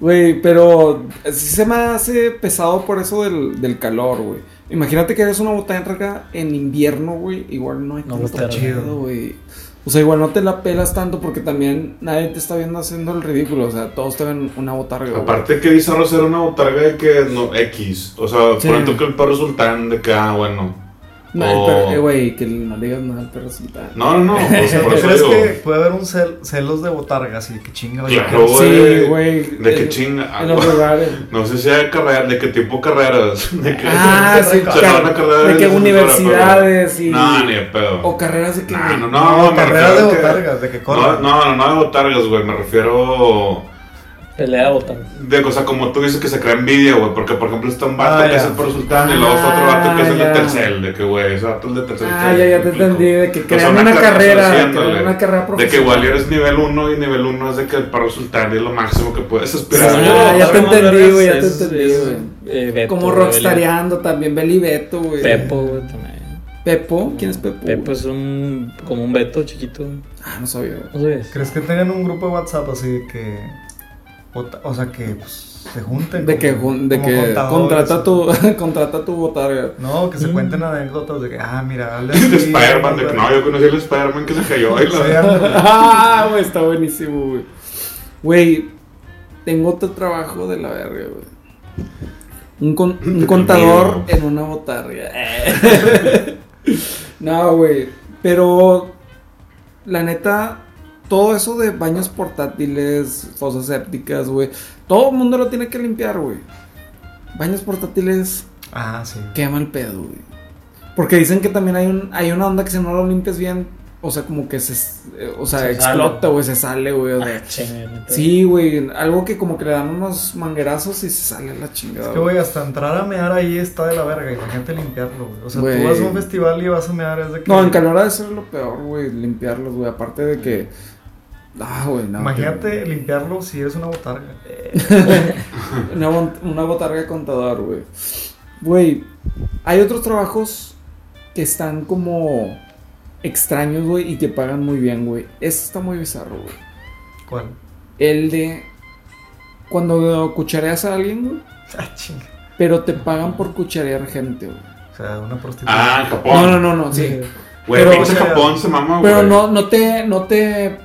Güey, pero sí se me hace pesado por eso del, del calor, güey. Imagínate que eres una botarga en invierno, güey. Igual no hay
No,
tanto
botarga.
chido, güey. O sea, igual no te la pelas tanto porque también nadie te está viendo haciendo el ridículo. O sea, todos te ven una botarga. güey.
Aparte, que bizarro ser una botarga de que no, X. O sea,
Sí.
por ejemplo, que el perro sultán de que, ah, bueno.
No, el
Oh.
perro- eh, güey, que no le digas nada al perro sultán.
No, no, no. o sea, por eso
¿Crees
digo.
que puede haber un cel- celos de botargas y que chinga? oye,
Claro,
que-
güey.
Sí, güey.
De que
En-
chinga. ah,
En los lugares.
No sé si hay carreras, de qué tipo carreras. De que,
Ah, sí,
se van a carreras
de que
esas
universidades
pero-
y-
No, ni de pedo.
O carreras de que.
no, no,
No,
no, me
carreras de
refiero a que-
botargas, de que
No,
corran.
no, no, no de botargas, güey. Me refiero.
Pelea botarga.
De cosa como tú dices que se crea envidia, güey. Porque, por ejemplo, está un vato
Ah,
que
ya.
es el por Sultán y luego está otro vato que es el
Ah,
de
ya.
Tercel. De que, güey, ese vato es de Tercel.
Ah,
se-
ya, ya
se
te
explicó.
entendí. De que
O sea,
crean una carrera.
así,
Crean
ándale.
una carrera profesional.
De que igual eres nivel 1 y nivel 1 es de que el perro sultán es lo máximo que puedes esperar.
Sí, Ah, ya te
Los perros
entendí, güey, ya
vergas
te
es-
entendí,
es,
güey.
eh, Beto,
Como
güey,
rockstareando también, Beli Beto, güey.
Beli- Pepo, güey, también.
Pepo, ¿quién es Pepo? güey?
Pepo es un. como un Beto chiquito. ¿No
Ah, no sabía. güey.
sabes?
¿Crees que tengan un grupo de WhatsApp así de que. bota- O sea, que pues, se junten?
De que,
como-
jun- de
como
que
contadores,
contrata
o-
tu, Mm. contrata tu botarga.
No, que se cuenten anécdotas de que, ah, mira, hazle
El
así,
Spider-Man, de
güey.
que no, yo conocí al Spider-Man que se cayó y
Sí,
la
ándale.
Ah, güey, está buenísimo, güey. Güey, tengo otro trabajo de la verga, güey. Un, con- un contador en una botarga. no, güey. Pero, la neta, todo eso de baños portátiles, fosas sépticas, güey. Todo el mundo lo tiene que limpiar, güey. Baños portátiles,
Ah, sí.
qué mal pedo, güey. Porque dicen que también hay, un, hay una onda que si no lo limpias bien, o sea, como que se, es- eh, o sea,
Se
explota,
sale.
güey, se sale, güey. o sea,
Ah, chinga, neta.
sí, güey, algo que como que le dan unos manguerazos y se sale la chingada.
Es que, güey, hasta entrar a mear ahí está de la verga. Y la gente limpiarlo, güey. O sea,
Güey.
tú vas a un festival y vas a mear, es de que.
no, en calor ha de ser lo peor, güey, limpiarlos, güey. Aparte de que. Ah, güey, no.
Imagínate limpiarlo si eres una botarga.
que- Una, bot- una botarga contador, güey. Güey, hay otros trabajos que están como extraños, güey, y que pagan muy bien, güey. Esto está muy bizarro, güey.
¿Cuál?
El de cuando cuchareas a alguien, güey,
Ah, chinga.
pero te pagan por cucharear gente, güey.
O sea, una prostituta.
Ah, en
No, no,
Japón.
no, no, sí.
Güey,
pero-
pinche Japón se mama, güey.
Pero no, no te, no te,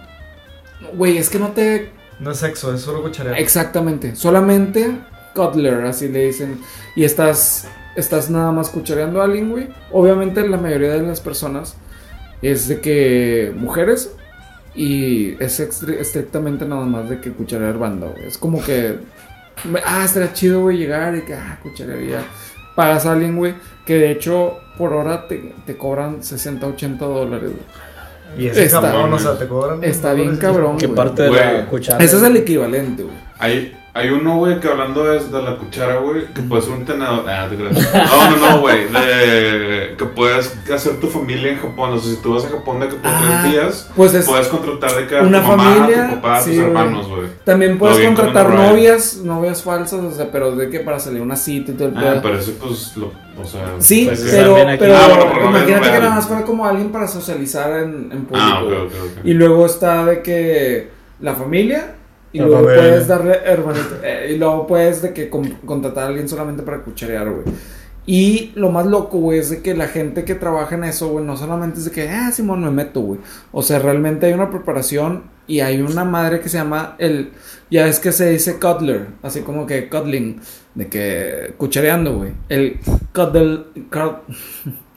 güey, es que no te,
No es sexo, es solo cucharear.
exactamente, solamente cutler, así le dicen, y estás, estás nada más cuchareando a alguien, güey. Obviamente la mayoría de las personas es de que mujeres y es extri- estrictamente nada más de que cucharear banda, güey. Es como que, me- ah, estaría chido, güey, llegar y que, ah, cucharearía. Pagas a alguien, güey, que de hecho por hora te, te cobran 60, 80 dólares, güey.
Y es en
Está-
Japón, o sea, te cobran.
Está bien
dólares.
cabrón.
¿Qué
güey.
parte de
Güey.
la cuchara?
Ese es el equivalente, güey.
Hay, Hay uno, güey, que hablando es de la cuchara, güey, que puede ser un tenedor. Ah, te creas. No, no, no, güey. de- Que puedes hacer tu familia en Japón. O sea, si tú vas a Japón de que por
Ah,
tres días,
pues es
puedes contratar de que a tu
una
mamá,
familia,
a tu papá, a tus
sí, güey.
hermanos, güey.
También puedes
Lo vi en
contratar
Conan O'Brien.
novias, novias falsas, o sea, pero de que para salir a una cita y todo el
Ah,
pedo.
pero eso, pues, lo, o sea.
Sí,
pues,
que
pero,
también aquí-
pero
Ah, bueno, por lo menos,
imagínate que
pero-
nada más fuera como alguien para socializar en, en público.
Ah, ok, ok, ok.
Y luego está de que la familia. Y
La
luego
familia.
puedes darle hermanito. eh, y luego puedes de que con- contratar a alguien solamente para cucharear, güey. Y lo más loco, güey, es de que la gente que trabaja en eso, güey, no solamente es de que, ah, Simón, me meto, güey. O sea, realmente hay una preparación y hay una madre que se llama el. Ya es que se dice cuddler, así como que cuddling, de que cuchareando, güey. El cuddle. cud-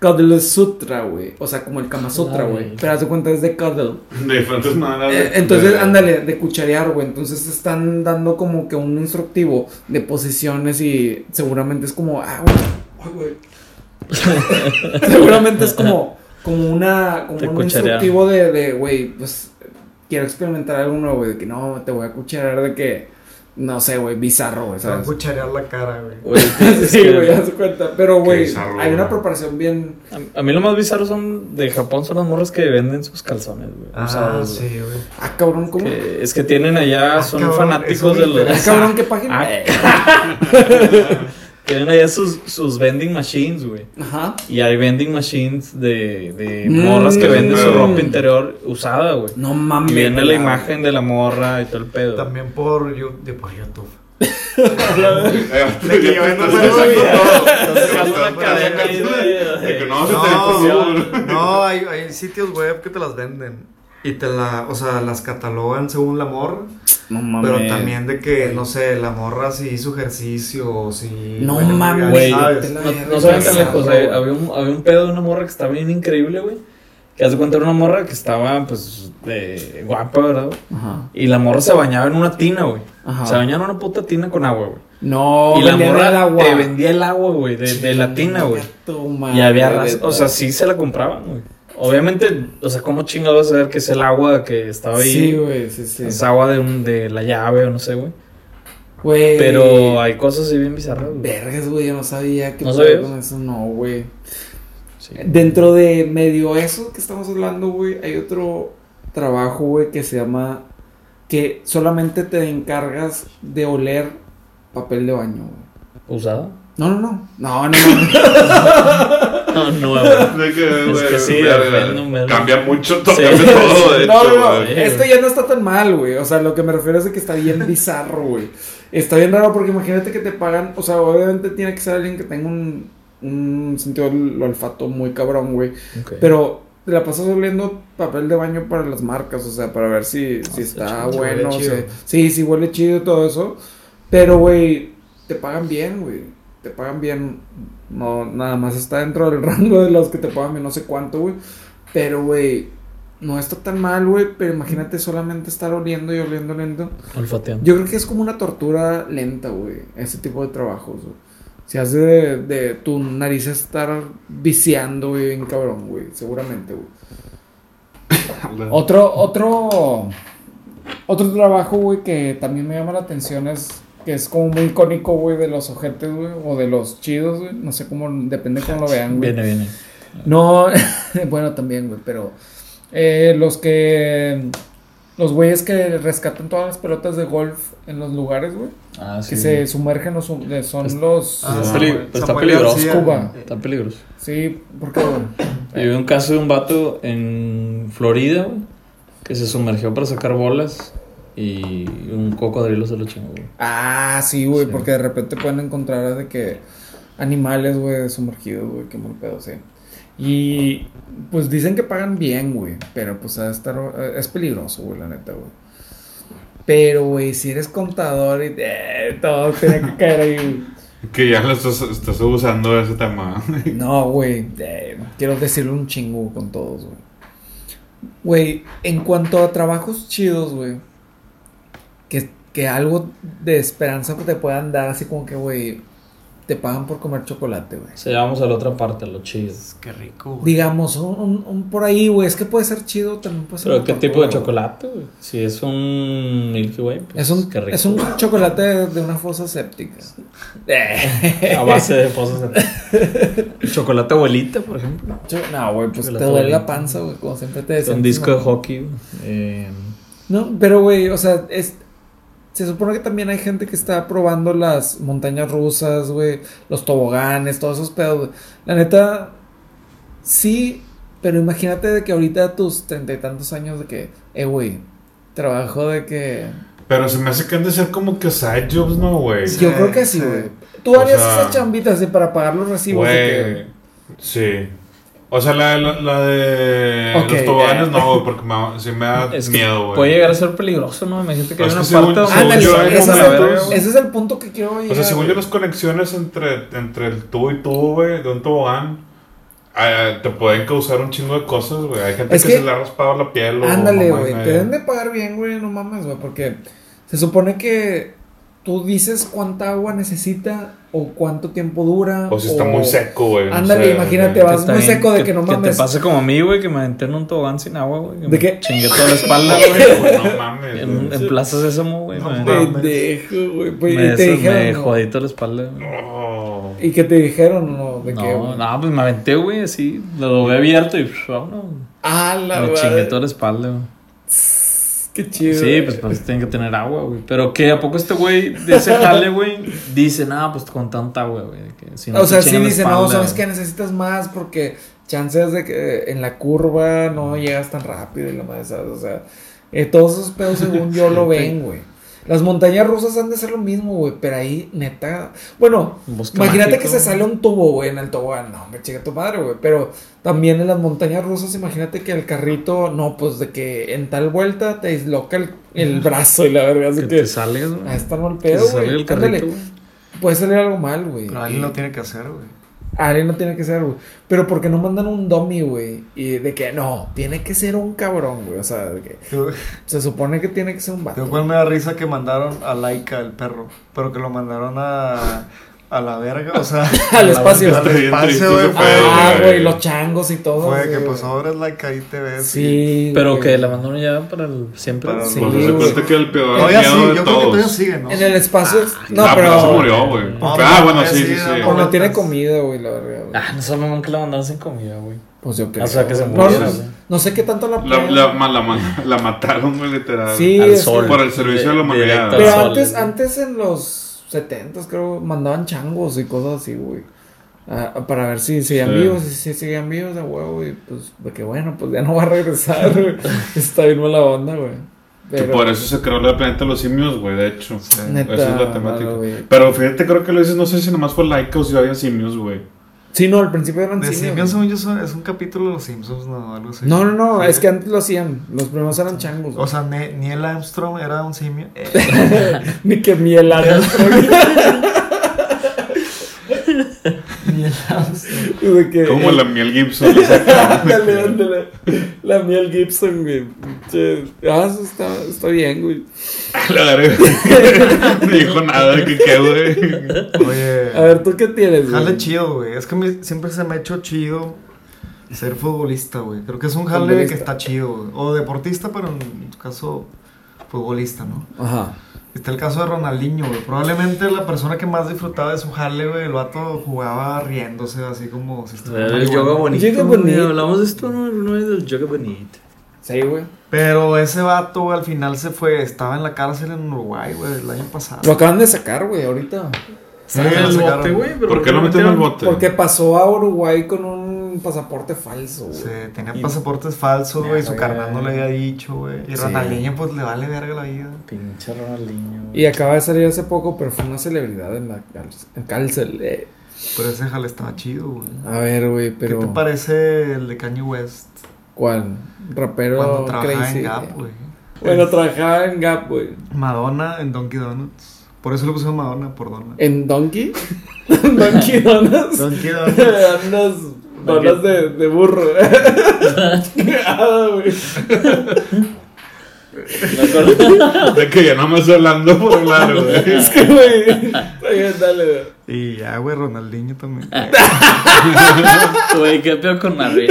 Cuddle Sutra, güey. O sea, como el Kama Sutra, güey. Pero haz de cuenta es de cuddle.
De diferentes maneras.
Eh,
de-
Entonces,
de-
ándale, de cucharear, güey. Entonces están dando como que un instructivo de posiciones y seguramente es como, ah, güey. ay, güey. seguramente es como, como una, como
Te
un
cucharean.
instructivo de, de, güey, pues quiero experimentar algo nuevo, güey. De que no, te voy a cucharear de que, no sé, güey, bizarro, güey,
Se va a
¿sabes?
cucharear la cara, güey.
Güey, es
Sí,
que-
güey, haz de cuenta. Pero, güey,
bizarro,
hay una
güey.
preparación bien.
a, a mí lo más bizarro son de Japón son las morras que venden sus calzones, güey.
Ah,
usados, güey.
sí, güey.
Ah, cabrón, ¿cómo?
Que es que tienen allá,
Ah,
son
cabrón, eso
fanáticos
me Eh.
de los.
Ah, cabrón, ¿qué página?
Ah, tienen allá sus, sus vending machines, güey.
Ajá.
Y hay vending machines de, de
Mm.
morras que venden su
Mm.
ropa interior usada, güey.
No mames.
Y viene la
güey.
imagen de la morra y todo el pedo.
También por, Yu- de- por YouTube.
Eh,
De que yo vendo
estás
algo
sacando
y-
todo.
Estás
sacando una
Estás sacando
cadena ahí de-
de que no, se te
No,
depreció, güey.
no hay, hay sitios web que te las venden. Y te la, o sea, las catalogan según la morra.
No mames.
Pero también de que, no sé, la morra si hizo ejercicio o si.
No
bueno,
mames,
ya
güey.
sabes.
Te la-
No, no saben tan lejos,
Bizarro,
eh,
güey.
había, un, había un pedo de una morra que estaba bien increíble, güey. Que hace cuenta era una morra que estaba, pues, de- guapa, ¿verdad? güey?
Ajá.
Y la morra se bañaba en una tina, güey.
Ajá.
Se bañaba en una puta tina con agua, güey.
No,
y la
vendían
morra
el agua.
te vendía el agua, güey, de, de la tina, güey.
Toma,
Y había
güey,
raza, o sea, sí se la compraban, güey. Obviamente, o sea, ¿cómo chingado vas a ver que es el agua que estaba ahí?
Sí, güey, sí, sí.
Es agua de, un, de la llave o no sé, güey.
Güey.
Pero hay cosas así bien bizarras, güey.
Vergas, güey, yo no sabía que
¿No
pedo
sabías?
con eso, no, güey.
Sí.
Dentro de medio eso que estamos hablando, güey, hay otro trabajo, güey, que se llama que solamente te encargas de oler papel de baño, güey.
¿Usada?
No, no, no. No, no, no.
No, no, güey.
De que,
Es
güey,
que sí,
verga,
depende, verga.
Cambia mucho, to-
Sí.
cambia todo, de
No,
hecho,
no, no.
güey.
Esto ya no está tan mal, güey. O sea, lo que me refiero es de que está bien bizarro, güey. Está bien raro porque imagínate que te pagan. O sea, obviamente tiene que ser alguien que tenga un, un sentido del olfato muy cabrón, güey.
Ok.
Pero te la pasas oliendo papel de baño para las marcas, o sea, para ver si,
Ah,
si
está
está
chido,
bueno.
huele
o
chido.
sea, sí, sí, huele chido y todo eso. Pero, güey, te pagan bien, güey. Te pagan bien. No, nada más está dentro del rango de los que te pagan bien, no sé cuánto, güey. Pero, güey, no está tan mal, güey. Pero imagínate solamente estar oliendo y oliendo, oliendo.
Olfateando.
Yo creo que es como una tortura lenta, güey. Ese tipo de trabajos, güey. Se hace de, de tu nariz estar viciando, güey, bien cabrón, güey. Seguramente, güey. Otro, otro, otro trabajo, güey, que también me llama la atención es que es como muy icónico, güey, de los ojetes, güey, o de los chidos, güey. No sé cómo, depende cómo lo vean, güey.
Viene, viene.
No, bueno, también, güey, pero eh, los que, los güeyes que rescatan todas las pelotas de golf en los lugares, güey,
Ah, sí.
que se sumergen, los, son los...
Ah,
Está
Samuel-
peli- está
Samuel
peligroso,
García.
Cuba.
Está peligroso.
Sí, porque, güey,
Yo vi un caso de un vato en Florida, güey, que se sumergió para sacar bolas y un cocodrilo se lo chingó, güey.
Ah, sí, güey, porque de repente pueden encontrar de que animales, güey, sumergidos, güey, qué mal pedo, sí. Y pues dicen que pagan bien, güey, pero pues ha de estar, eh, es peligroso, güey, la neta, güey. Pero, güey, si eres contador y eh, todo tiene que caer ahí, güey.
Que ya lo estás, estás abusando de ese tema.
No, güey, eh, quiero decirle un chingo con todos, güey. Güey, en cuanto a trabajos chidos, güey, que, que algo de esperanza te puedan dar, así como que, güey, te pagan por comer chocolate, güey.
Se vamos a la otra parte, lo chido.
Qué rico, güey.
Digamos, un, un- un por ahí, güey. Es que puede ser chido, también puede ser.
Pero
una
qué
tortura,
tipo de
güey.
chocolate, güey. Si es un Milky Way, pues
Es un,
qué rico.
es un chocolate de, de una fosa séptica. Pues
A base de fosas. chocolate abuelita, por ejemplo.
Cho- No, güey, pues te
Chocolate
duele la
bonito.
panza, güey, como siempre te
Es
decía.
un disco de hockey. güey. Eh,
No, pero, güey, o sea, es... Se supone que también hay gente que está probando las montañas rusas, güey, los toboganes, todos esos pedos, güey. La neta, sí, pero imagínate de que ahorita a tus treinta y tantos años de que, eh, güey, trabajo de que...
Pero se me hace que han de ser como que side jobs, ¿no, güey?
Sí,
Yo creo que sí,
sí.
güey. Tú
O
harías
sea,
esas chambitas de para pagar los recibos de que...
Güey. Sí. O sea, la, la, la de
Ok,
los toboganes no, güey, porque me, sí me da
es que
miedo, güey.
puede llegar a ser peligroso, ¿no? Imagínate que hay
Es
una
que según-
parte donde
según
Ándale,
yo,
llueve
ese, es
como la
el,
verga,
punto-
güey.
ese es el punto que quiero llegar.
O sea, según yo,
güey.
las conexiones entre, entre el tú y tú, güey, de un tobogán, ah, te pueden causar un chingo de cosas, güey. Hay gente
Es
que,
que-
se le ha raspado la piel o.
Ándale,
mamá, eh.
güey. Te deben de pagar bien, güey. No mames, güey. Porque se supone que tú dices cuánta agua necesita o cuánto tiempo dura.
O si está muy seco, güey. no
Ándale,
sé,
imagínate,
güey.
vas
está
muy
bien
seco de que no
Que
mames.
te pase como a mí, güey, que me aventé en un tobogán sin agua, güey.
¿De
me
qué?
Chingué toda la espalda,
Güey,
güey.
güey, Pues No mames.
en,
güey.
en Plaza Sésamo, güey. me-
Pendejo, güey. pues,
me,
y te
me
dijeron. ¿no?
jodí toda la espalda, güey.
No.
Y que te dijeron, ¿no? De que.
No, no, pues me aventé, güey, así. Lo doblé abierto y pff, vámonos. güey.
Ah, la
Me chingué toda la espalda, güey.
Qué chido.
Sí, pues para eso tienen que tener agua, güey. Pero que a poco este güey de ese jale, güey, dice, nada, pues con tanta agua, güey. de que si no
o
te
sea, sí
chingan la
dicen, no,
espalda,
sabes que
güey".
necesitas más porque chances de que eh, en la curva no llegas tan rápido y lo más, ¿sabes? O sea, eh, todos esos pedos según yo lo ven, güey. Las montañas rusas han de ser lo mismo, güey, pero ahí, neta. Bueno,
Un bosque
imagínate
mágico,
que se
güey.
sale un tubo, güey, en el tobogán. No, me chica tu madre, güey. Pero también en las montañas rusas, imagínate que el carrito, no, pues de que en tal vuelta te disloca el, el brazo y la verga. Así
Que
que.
te sales, güey.
Ah, está mal
Que
pedo,
se sale
güey.
el carrito,
Ándale,
güey.
Puede salir algo mal, güey.
Pero
Y-
alguien lo tiene que hacer, güey.
Ale no tiene que ser, güey. Pero porque no mandan un dummy, güey. Y de que no, tiene que ser un cabrón, güey. O sea, de que se supone que tiene que ser un
Yo
vato.
cual me da risa que mandaron a Laika, el perro, pero que lo mandaron a, a la verga, o sea,
Al espacio.
al
Está bien triste
espacio, güey,
ese
fue-
pedo,
Ah,
güey.
güey, los changos y todo.
Fue que
güey.
pues ahora es Laika, ahí te ves. y-
Sí.
Pero
güey.
que la mandaron ya para el- siempre.
Para-
Sí,
Cuando Pues, se
güey.
cuenta que el peor
Todavía sí,
miedo
yo
de
creo que
todos.
todavía siguen, ¿no?
En el espacio. no,
Ah, pero
pero.
se murió, güey.
No,
ah,
no,
bueno,
no,
sí,
sí,
sí,
no,
sí.
no,
o no tiene comida, güey, la verdad. güey.
Ah, no sabemos que la mandaron sin comida, güey.
Pues yo creo.
o sea, que se
No,
muriera,
no,
güey.
no sé qué tanto la.
La,
pegan.
la, ma- la, ma- la mataron, güey, literal.
eh, Sí,
Al
es
sol.
que-
Por el servicio de la humanidad.
Directo al
Pero
sol,
antes,
güey.
antes en los 70 creo, mandaban changos y cosas así, güey. Ah, para ver si seguían
Sí.
vivos, y si seguían vivos de huevo, y pues, de que bueno, pues ya no va a regresar, güey. Está bien mala onda, güey.
Que por eso se creó el planeta de los simios, güey, de hecho.
Neta,
Esa es la temática.
mala, güey.
Pero fíjate, creo que lo dices, no sé si nomás fue Laika o si había simios, güey.
Sí, no, al principio eran
De
simios.
Simpsons, según yo, son- es un capítulo de los Simpsons, ¿no? Algo así.
No, no, no,
Sí.
es que antes lo hacían. Los primeros eran changos.
O
güey.
sea, Ne- Neil Armstrong era un simio. Eh,
Ni que miel
Neil Armstrong.
Como la miel Gibson. o sea,
Ándale, ándale. La miel Gibson, güey. Che, Ah, eso está, está bien, güey.
la verga. No dijo nada de que qué, güey.
Oye.
A ver, ¿tú qué tienes, güey?
Jale chido, güey. Es que me- siempre se me ha hecho chido ser futbolista, güey. Creo que es un jale
Futbolista.
que está chido, güey. O deportista, pero en tu caso, futbolista, ¿no?
Ajá.
Está el caso de Ronaldinho, güey. Probablemente la persona que más disfrutaba de su jale, güey. El vato jugaba riéndose, así como si
Eh,
estuviera
El
marihuana.
yoga bonito.
Yoga
güey.
bonito.
Hablamos de esto, no, no es del yoga bonito.
Sí, güey.
Pero ese vato, güey, al final se fue. Estaba en la cárcel en Uruguay, güey, el año pasado.
Lo acaban de sacar, güey, ahorita.
Sí, lo sacaron.
¿Por qué lo metieron al bote?
Porque pasó a Uruguay con un pasaporte falso, güey.
Se tenía pasaportes falsos, güey. Su
Verga.
carnal no le había dicho, güey. Y
Sí.
Ronaldinho, pues, le vale verga la vida.
Pinche Ronaldinho. güey.
Y acaba de salir hace poco, pero fue una celebridad en la cal- en cárcel. eh.
Pero ese jale estaba chido, güey.
A ver, güey, pero.
¿Qué te parece el de Kanye West?
¿Cuál? Rapero
cuando trabajaba
crazy. eh.
en Gap,
güey.
güey.
Bueno, trabajaba en Gap, güey.
Madonna en Donkey Donuts. Por eso le pusieron Madonna, por Donna.
¿En Donkey? Donkey Donuts.
Donkey Donuts.
Unas donas de, de burro. eh. Ah, güey.
De que ya no me estoy hablando por hablar, güey.
Es que, güey. Está bien, dale, güey.
Y Y ya, güey, Ronaldinho también.
Güey, qué peor con Madrid.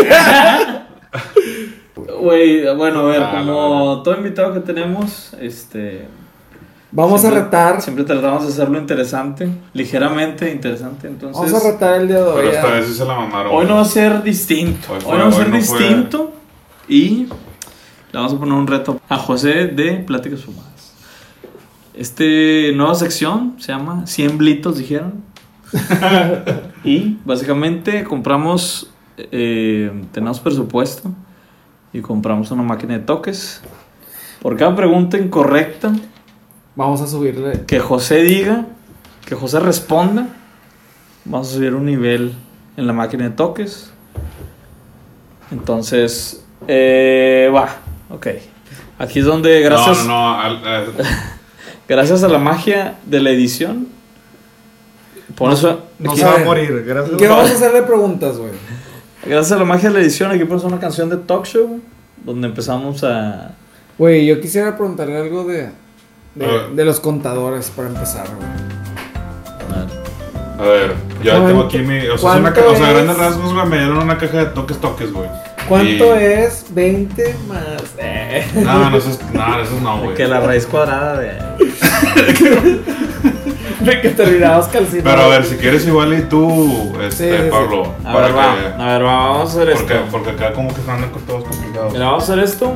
Güey, bueno, a ver, como todo invitado que tenemos, este.
Vamos
siempre-
a retar.
Siempre tratamos de hacerlo interesante, ligeramente interesante. Entonces,
Vamos a retar el día de hoy.
Pero esta
a-
vez sí se la mamaron.
hoy no va a
güey.
ser distinto.
Hoy
Hoy, no
fue-
va a
hoy
ser
no fue-
distinto. Y le vamos a poner un reto a José de Pláticas Fumadas. Este nueva sección se llama 100 blitos, dijeron. y básicamente compramos, eh, tenemos presupuesto y compramos una máquina de toques. Por cada pregunta incorrecta
Vamos a subirle.
que José diga, que José responda, vamos a subir un nivel en la máquina de toques. Entonces, eh, va, ok. Aquí es donde, gracias,
No, no, no. al- al-
gracias a la magia de la edición, por eso,
No
aquí-
se va a morir, gracias.
¿Qué vamos a hacerle preguntas, güey?
gracias a la magia de la edición, aquí pones una canción de talk show donde empezamos a.
Güey, yo quisiera preguntarle algo de.
Ah.
De, de los contadores para empezar, güey.
a ver, yo
¿Cuánto-
tengo aquí mi. O sea, es una ca-
cuánto
o sea,
es?
grandes rasgos, güey. Me dieron una caja de toques, toques, güey.
¿Cuánto
Y-
es 20 más? Eh.
No, no, eso es. No, eso es no, güey.
Que la raíz cuadrada de.
De que terminabas calcinados.
Pero a ver, si quieres igual y tú, este,
Sí, sí, sí.
Pablo.
A ver, va. este.
que-
A ver, va, vamos a hacer
porque,
esto.
porque acá como que están con todos complicados.
Mira, vamos a hacer esto.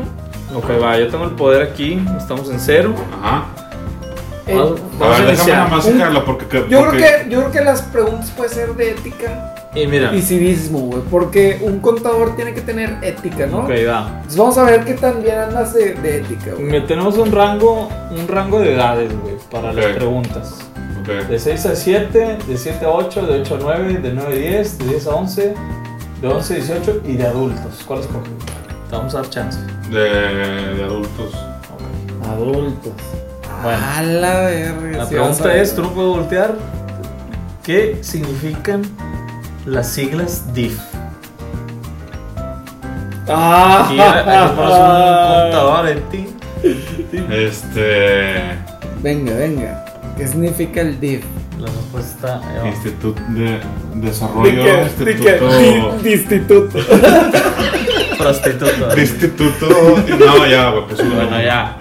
Ok, va, yo tengo el poder aquí. Estamos en cero.
Ajá.
Eh,
Vamos,
A
vamos a
ver, déjame nada
iniciar.
más
Un-
sacarlo porque... que-
yo, creo
porque-
que, yo creo que las preguntas pueden ser de ética
Y mira.
y civismo, güey. Porque un contador tiene que tener ética, ¿no?
Ok, va.
Entonces vamos a ver qué tan bien andas de, de ética, güey.
Me- tenemos un rango, un rango de edades, güey, para
Ok.
las preguntas.
Ok.
De 6 a 7, de 7 a 8, de 8 a 9, de 9 a 10, de 10 a 11, de 11 a 18 y de adultos. ¿Cuál es Te vamos a dar chance.
De, de adultos.
Ok.
Adultos.
Bueno,
A la verga.
la
sí, vamos a
pregunta
ver.
es, tú no puedes voltear, ¿qué significan las siglas DIF?
Ah,
Aquí ya- aquí pones un contador en ti.
Este...
Venga, venga. ¿Qué significa el div?
La respuesta eh, es...
Instituto de Desarrollo. instituto...
instituto.
Prostituta.
de instituto... No, ya, güey, pues uno.
Bueno, ya.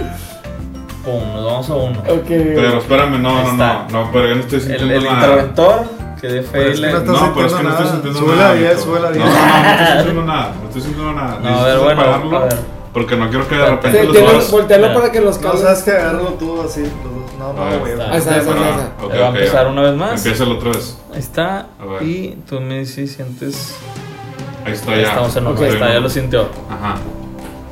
Pum, nos vamos a uno.
Ok, Ah.
Pero espérame, no,
Ahí
no,
está.
no. No, pero yo no estoy
El,
sintiendo
el
nada.
interventor que dé fe
Pero
y
es que
le-
no estás-
No, pero es que no estoy
sintiendo
sintiendo nada.
nada. Súbela bien,
Vito.
súbela bien.
No, no, no, no estoy sintiendo nada. No estoy sintiendo nada.
No, a ver,
Necesito
bueno,
apagarlo,
a ver.
Porque no quiero que de repente
Sí,
los
tienes-
dos...
voltealo
Mira.
para que los
No,
cables.
sabes que agarrarlo tú así, los dos. No,
A
no,
ver,
güey.
está.
no.
Ahí está, ahí está, ahí está.
Ah, ok,
Ahí va a
ok,
empezar
ya.
una vez más.
Empieza la otra vez.
Ahí está.
A ver.
Y tú me dices si sientes.
Ahí está
Ahí
ya.
Estamos en
Ok.
uno. Ahí está, ya lo sintió.
Ajá.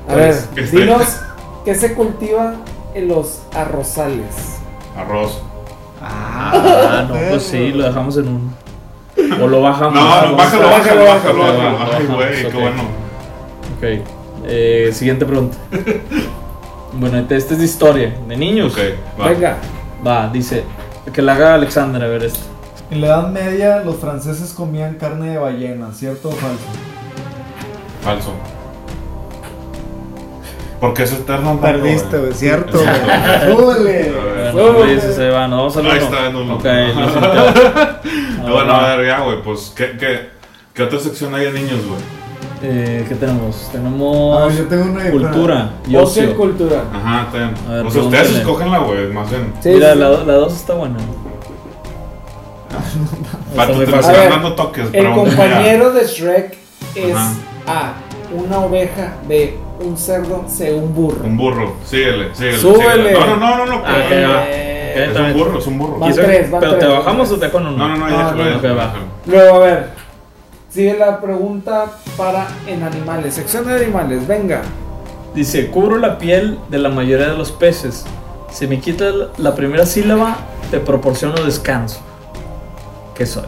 A ver,
¿Qué está-
dinos qué se cultiva en los arrozales.
Arroz.
Ah, no, pues sí, lo dejamos en uno. O lo bajamos.
No, bájalo,
Lo bajamos.
bájalo, bájalo,
bájalo,
bájalo. Ay,
bájalo.
güey,
Ok.
qué bueno.
Ok. Eh, siguiente pregunta. Bueno, esta esta es de historia, de niños.
Ok, va.
Venga,
Va, dice. Que la haga Alexander, a ver este, esto.
En la Edad Media, los franceses comían carne de ballena, ¿cierto o falso?
Falso. Porque eso es eterno.
Perdiste, güey, cierto. güey.
A
Súbele.
ver.
Bueno, güey, ese se va, nos vamos al
Ahí
uno.
está, en uno.
Ok, lo sintió.
No, bueno, a ver, ya, güey, pues, ¿qué, qué, ¿qué otra sección hay de niños, güey?
Eh, ¿Qué tenemos?
Ah,
Tenemos
yo tengo una diferente.
cultura y
ocio y
ocio.
cultura.
Ajá, está bien.
A ver,
o sea, ustedes
pregúntale.
escógenla, güey, más bien.
Sí,
Mira,
sí.
la, la dos está buena.
Pato,
muy
te
fácil.
A
están
ver,
dando toques,
El
pregúntame ya.
compañero de Shrek es
Ajá.
A. Una oveja. B. Un cerdo. C. Un burro.
Un burro, síguele, síguele.
Súbele.
síguele. No, no, no, no, no.
Ah,
pero-
ok, va.
Eh,
Es un burro, es un burro.
Van
Quiso-
tres, van
¿Pero te
tres.
bajamos o te con uno?
No, no, no, ya,
Ah,
déjalo, ya.
ok, va.
déjalo.
Luego, a ver. Sigue la pregunta para en animales. Sección de animales, venga.
Dice, cubro la piel de la mayoría de los peces. Si me quitas la- la primera sílaba, te proporciono descanso. ¿Qué soy?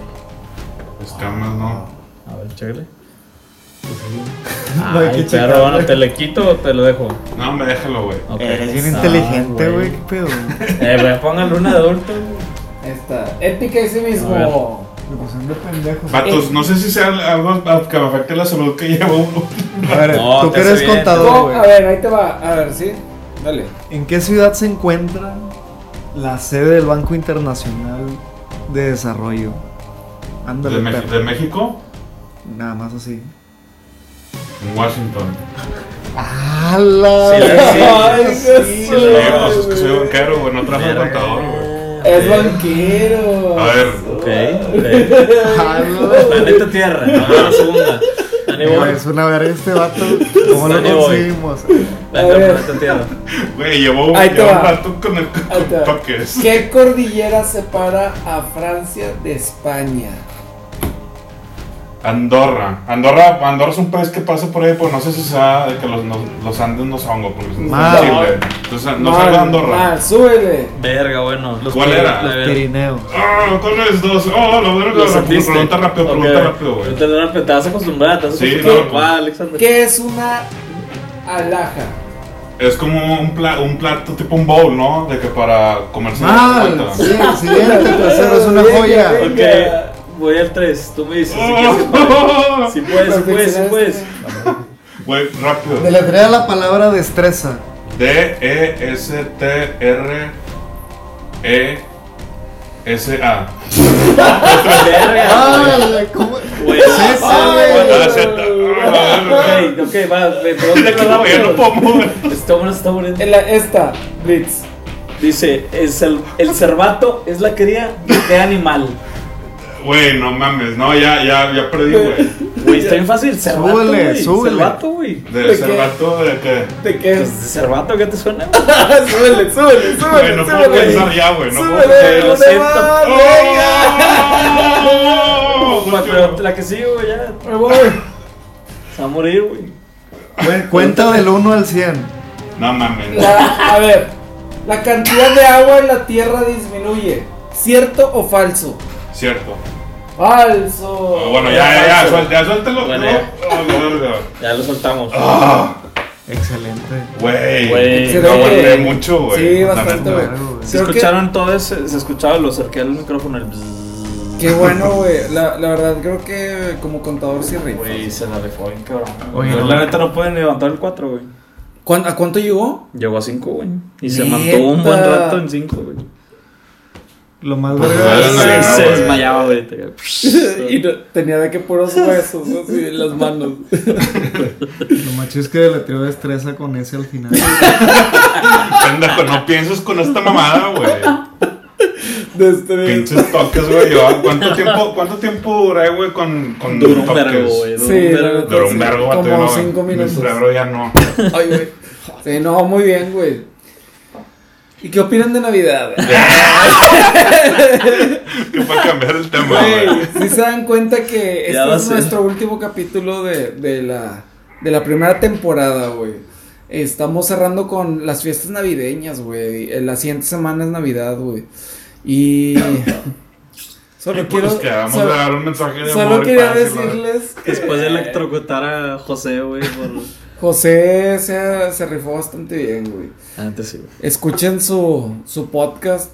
Escamas, Pues, no.
A ver, chévere.
No hay que
Ay,
checar,
perro, bueno,
güey.
¿te le quito o te lo dejo?
No, me déjalo, güey.
Ok.
Eres bien
Ah,
inteligente, güey. ¿Qué pedo?
Eh, güey, póngale una de adulto.
Esta. Ética y sí
A ver.
mismo.
Me pusieron de pendejos.
Eh.
Vatos, no sé si sea algo que me afecte la salud que llevo uno.
A ver,
No,
tú
te
que
hace
eres
bien, te
contador,
No, a
güey.
ver, ahí te va. A ver, sí. Dale.
¿En qué ciudad se encuentra la sede del Banco Internacional de desarrollo. Ándale,
¿De, Me- de
perro.
México?
Nada más así.
Washington.
Eh.
¡Hala!
Sí, la-
Ay, qué
Sí,
suerte.
pues, es que soy banquero, güey, no trabajo de
Verga.
contador, güey.
Es banquero.
A ver,
Ok, ok. Planeta Tierra, no, la segunda. Dani Boy.
Es una verga este vato. ¿Cómo lo
Dani Boy.
conseguimos?
Venga,
A ver.
Planeta Tierra.
güey, llevo
Ahí te
llevo
va.
un rato con el
Ahí te va.
con toques.
¿Qué cordillera separa a Francia de España?
Andorra. Andorra. Andorra es un país que pasa por ahí, pues no sé si sea de que los, los, los Andes no son, güey, porque son
Mal.
de Chile. Entonces, no
Mal,
salga Andorra.
mal, súbele.
Verga, bueno. Los
¿Cuál era?
la verga.
Pirineo.
Ah, ¿cuál es dos? Oh, la verga. Pregunta
Los sentiste.
pregunta rápido, pregunta
Ok.
rápido, güey.
Te vas a- te vas a acostumbrar, te vas a
Sí,
acostumbrar.
no.
Va, Alexander.
¿Qué es una alhaja?
Es como un, pla- un plato tipo un bowl, ¿no? De que para comerse
¡Mal!
la
Sí, siguiente, el tercero es una joya.
Ok, voy al 3. Tú me dices si quieres que pare.
Oh.
Si puedes, si puedes, si puedes.
Güey, rápido.
Deletrea la palabra destreza.
D-E-S-T-R-E-S-A.
Verga, güey.
¡Hala! ¿Cómo?
Güey.
César,
Pues, Ah,
güey.
la Z. Ah, la verga.
Ok, ok, va, ve, ¿por dónde
De que
la
no, ya no puedo
vamos?
mover.
Está bueno, está bueno.
En la- esta, Blitz.
Dice, es el, el cervato es la cría de animal.
Güey, no mames. No, ya, ya, ya perdí, güey.
Güey, está bien fácil. Cervato,
Súbele,
güey.
súbele.
Cervato, güey.
De
¿De
ese
qué?
vato de que.
¿De qué
Pues,
es?
¿Cervato qué te suena? güey?
súbele, súbele,
Güey,
súbele,
no puedo
súbele.
pensar ya, güey. No puedo
Súbele,
pensar.
lo
no te
siento.
vas,
¡Oh!
Güey, Pero la que sigue, güey, ya.
Me voy.
Se va a morir, güey.
Cuen- Cuenta del 1 al 100.
No mames.
La- a ver, la cantidad de agua en la tierra disminuye. ¿Cierto o falso?
Cierto.
Falso.
Bueno, ya, ya, ya,
falso.
suelta, ya, suéltalo.
Bueno,
no.
ya.
Ah, la verga.
Ya lo soltamos.
Ah,
Excelente.
Güey.
Güey.
No
Excelente.
aguanté mucho, güey.
Sí,
La
bastante,
neta.
güey.
Claro, güey.
¿Se
Creo que-
escucharon todo ese? Se escuchaba, lo acerqué al micrófono. El bzzz.
Qué bueno, güey. La, la verdad, creo que como contador sí rifa.
Güey, se la rifó bien, cabrón.
Oye,
Pero
no.
la neta no pueden levantar el 4, güey.
¿Cuán- ¿A cuánto llegó?
Llegó a 5, güey. Y se
Neta.
mantuvo un buen rato en 5, güey.
Lo más
Pues,
verga.
no,
Se,
no,
se
güey.
desmayaba, güey.
y no- tenía de que puros huesos así en las manos.
Lo macho es que deletreó destreza con ese al final.
Pendejo, no pienses con esta mamada, güey.
Desde
Pinches toques, güey. Yo, ¿Cuánto tiempo, cuánto tiempo duré, güey, con, con
Duró un
toques?
vergo, güey. Duró
Sí,
un
la
vergo.
neta.
Duró un vergo,
Como
vato, yo no,
cinco minutos.
Mi cerebro ya no.
Ay, güey. Sí, no, muy bien, güey. ¿Y qué opinan de Navidad?
Y para cambiar el tema,
Güey,
güey.
si se dan cuenta que
Ya
este
va a
es
ser.
nuestro último capítulo de, de la, de la primera temporada, güey. Estamos cerrando con las fiestas navideñas, güey. Eh, La siguiente semana es Navidad, güey. Y. Solo quiero.
Pues que vamos a
solo-
dar un mensaje de
solo
amor y
quería
paz y la-
decirles. que
Después de electrocutar a José, güey. Por...
José se, se rifó bastante bien, güey.
Antes sí, güey.
Escuchen su, su podcast,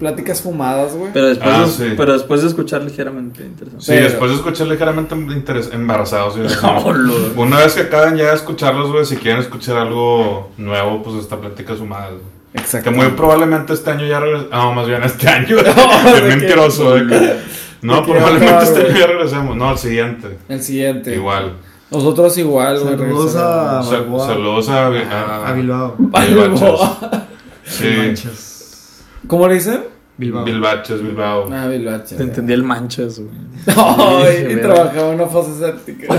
Pláticas Fumadas, güey.
Pero después,
Ah,
de,
sí.
pero después de escuchar ligeramente interesante.
Sí,
Pero-
después de escuchar ligeramente interes- embarazados. y eso.
No, lo-
Una vez que acaben ya de escucharlos, güey, si quieren escuchar algo nuevo, pues esta plática sumada. güey.
Exacto.
Que muy probablemente este año ya regresemos. Ah, más bien este año. Qué
de que-
mentiroso, de que- No,
de que
probablemente
otra,
este año
güey.
ya regresemos. No, el siguiente.
El siguiente.
Igual.
Nosotros igual, güey.
Saludos
Sa-
a
regresaremos.
Balboa.
Saludos a, a,
Ah,
A Bilbao.
a Bilbaches. Ah. Sí.
Manchas.
¿Cómo le dicen?
Bilbao.
Bilbaches, Bilbao.
Ah, Bilbache.
Te entendí el manchas, güey.
Ay,
Dije,
y
verga.
trabajaba en una fosa Pues séptica.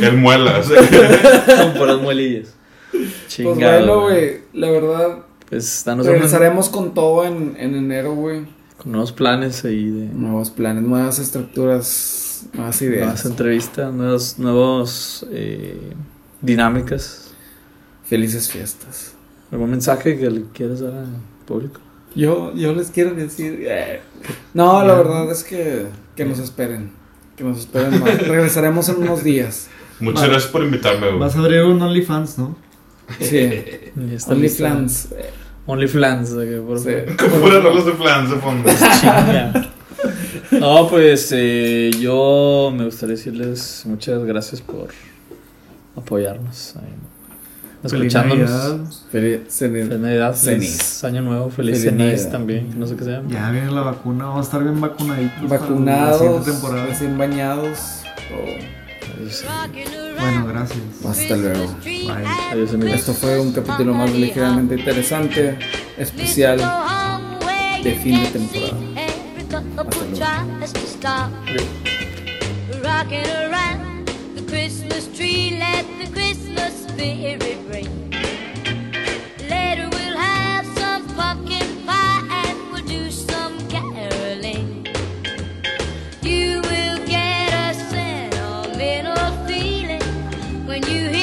El Muelas.
Con puras muelillas.
pues
Chingado.
bueno, güey. La verdad,
Pues danos unos-
regresaremos con todo en, en enero, güey.
con nuevos planes ahí de
Nuevos planes, nuevas estructuras, nuevas
nuevas
ideas.
entrevistas, nuevos, nuevos eh, dinámicas.
Felices fiestas.
¿Algún mensaje que le quieras dar al público?
Yo, yo les quiero decir. eh, No, la verdad es que, que nos esperen. Que nos esperen más. Regresaremos en unos días.
Muchas gracias por invitarme, güey.
Vas a abrir un OnlyFans, ¿no?
Sí.
Está lista.
OnlyFans. eh,
OnlyFans, de que por
sí.
Con puras rolas de plan de fondo.
Chinga. No, pues eh, yo me gustaría decirles muchas gracias por apoyarnos. Ay, escuchándonos.
Feliz.
Feliz Navidad, feliz
Cenis.
Año Nuevo, feliz,
Feliz
Cenis
Navidad.
también, no sé qué se llama.
Ya viene la vacuna, vamos a estar bien vacunaditos. para La
Vacunados,
siguiente temporada.
recién bañados. o-
Bueno, gracias.
Hasta luego.
Bye.
Adiós, amigos.
Esto fue un capítulo más ligeramente interesante, especial.
de fin de temporada. Rocking around the Christmas tree, let the Christmas spirit ring. Later we'll have some pumpkin pie and we'll do some caroling. You will get a sentimental feeling when you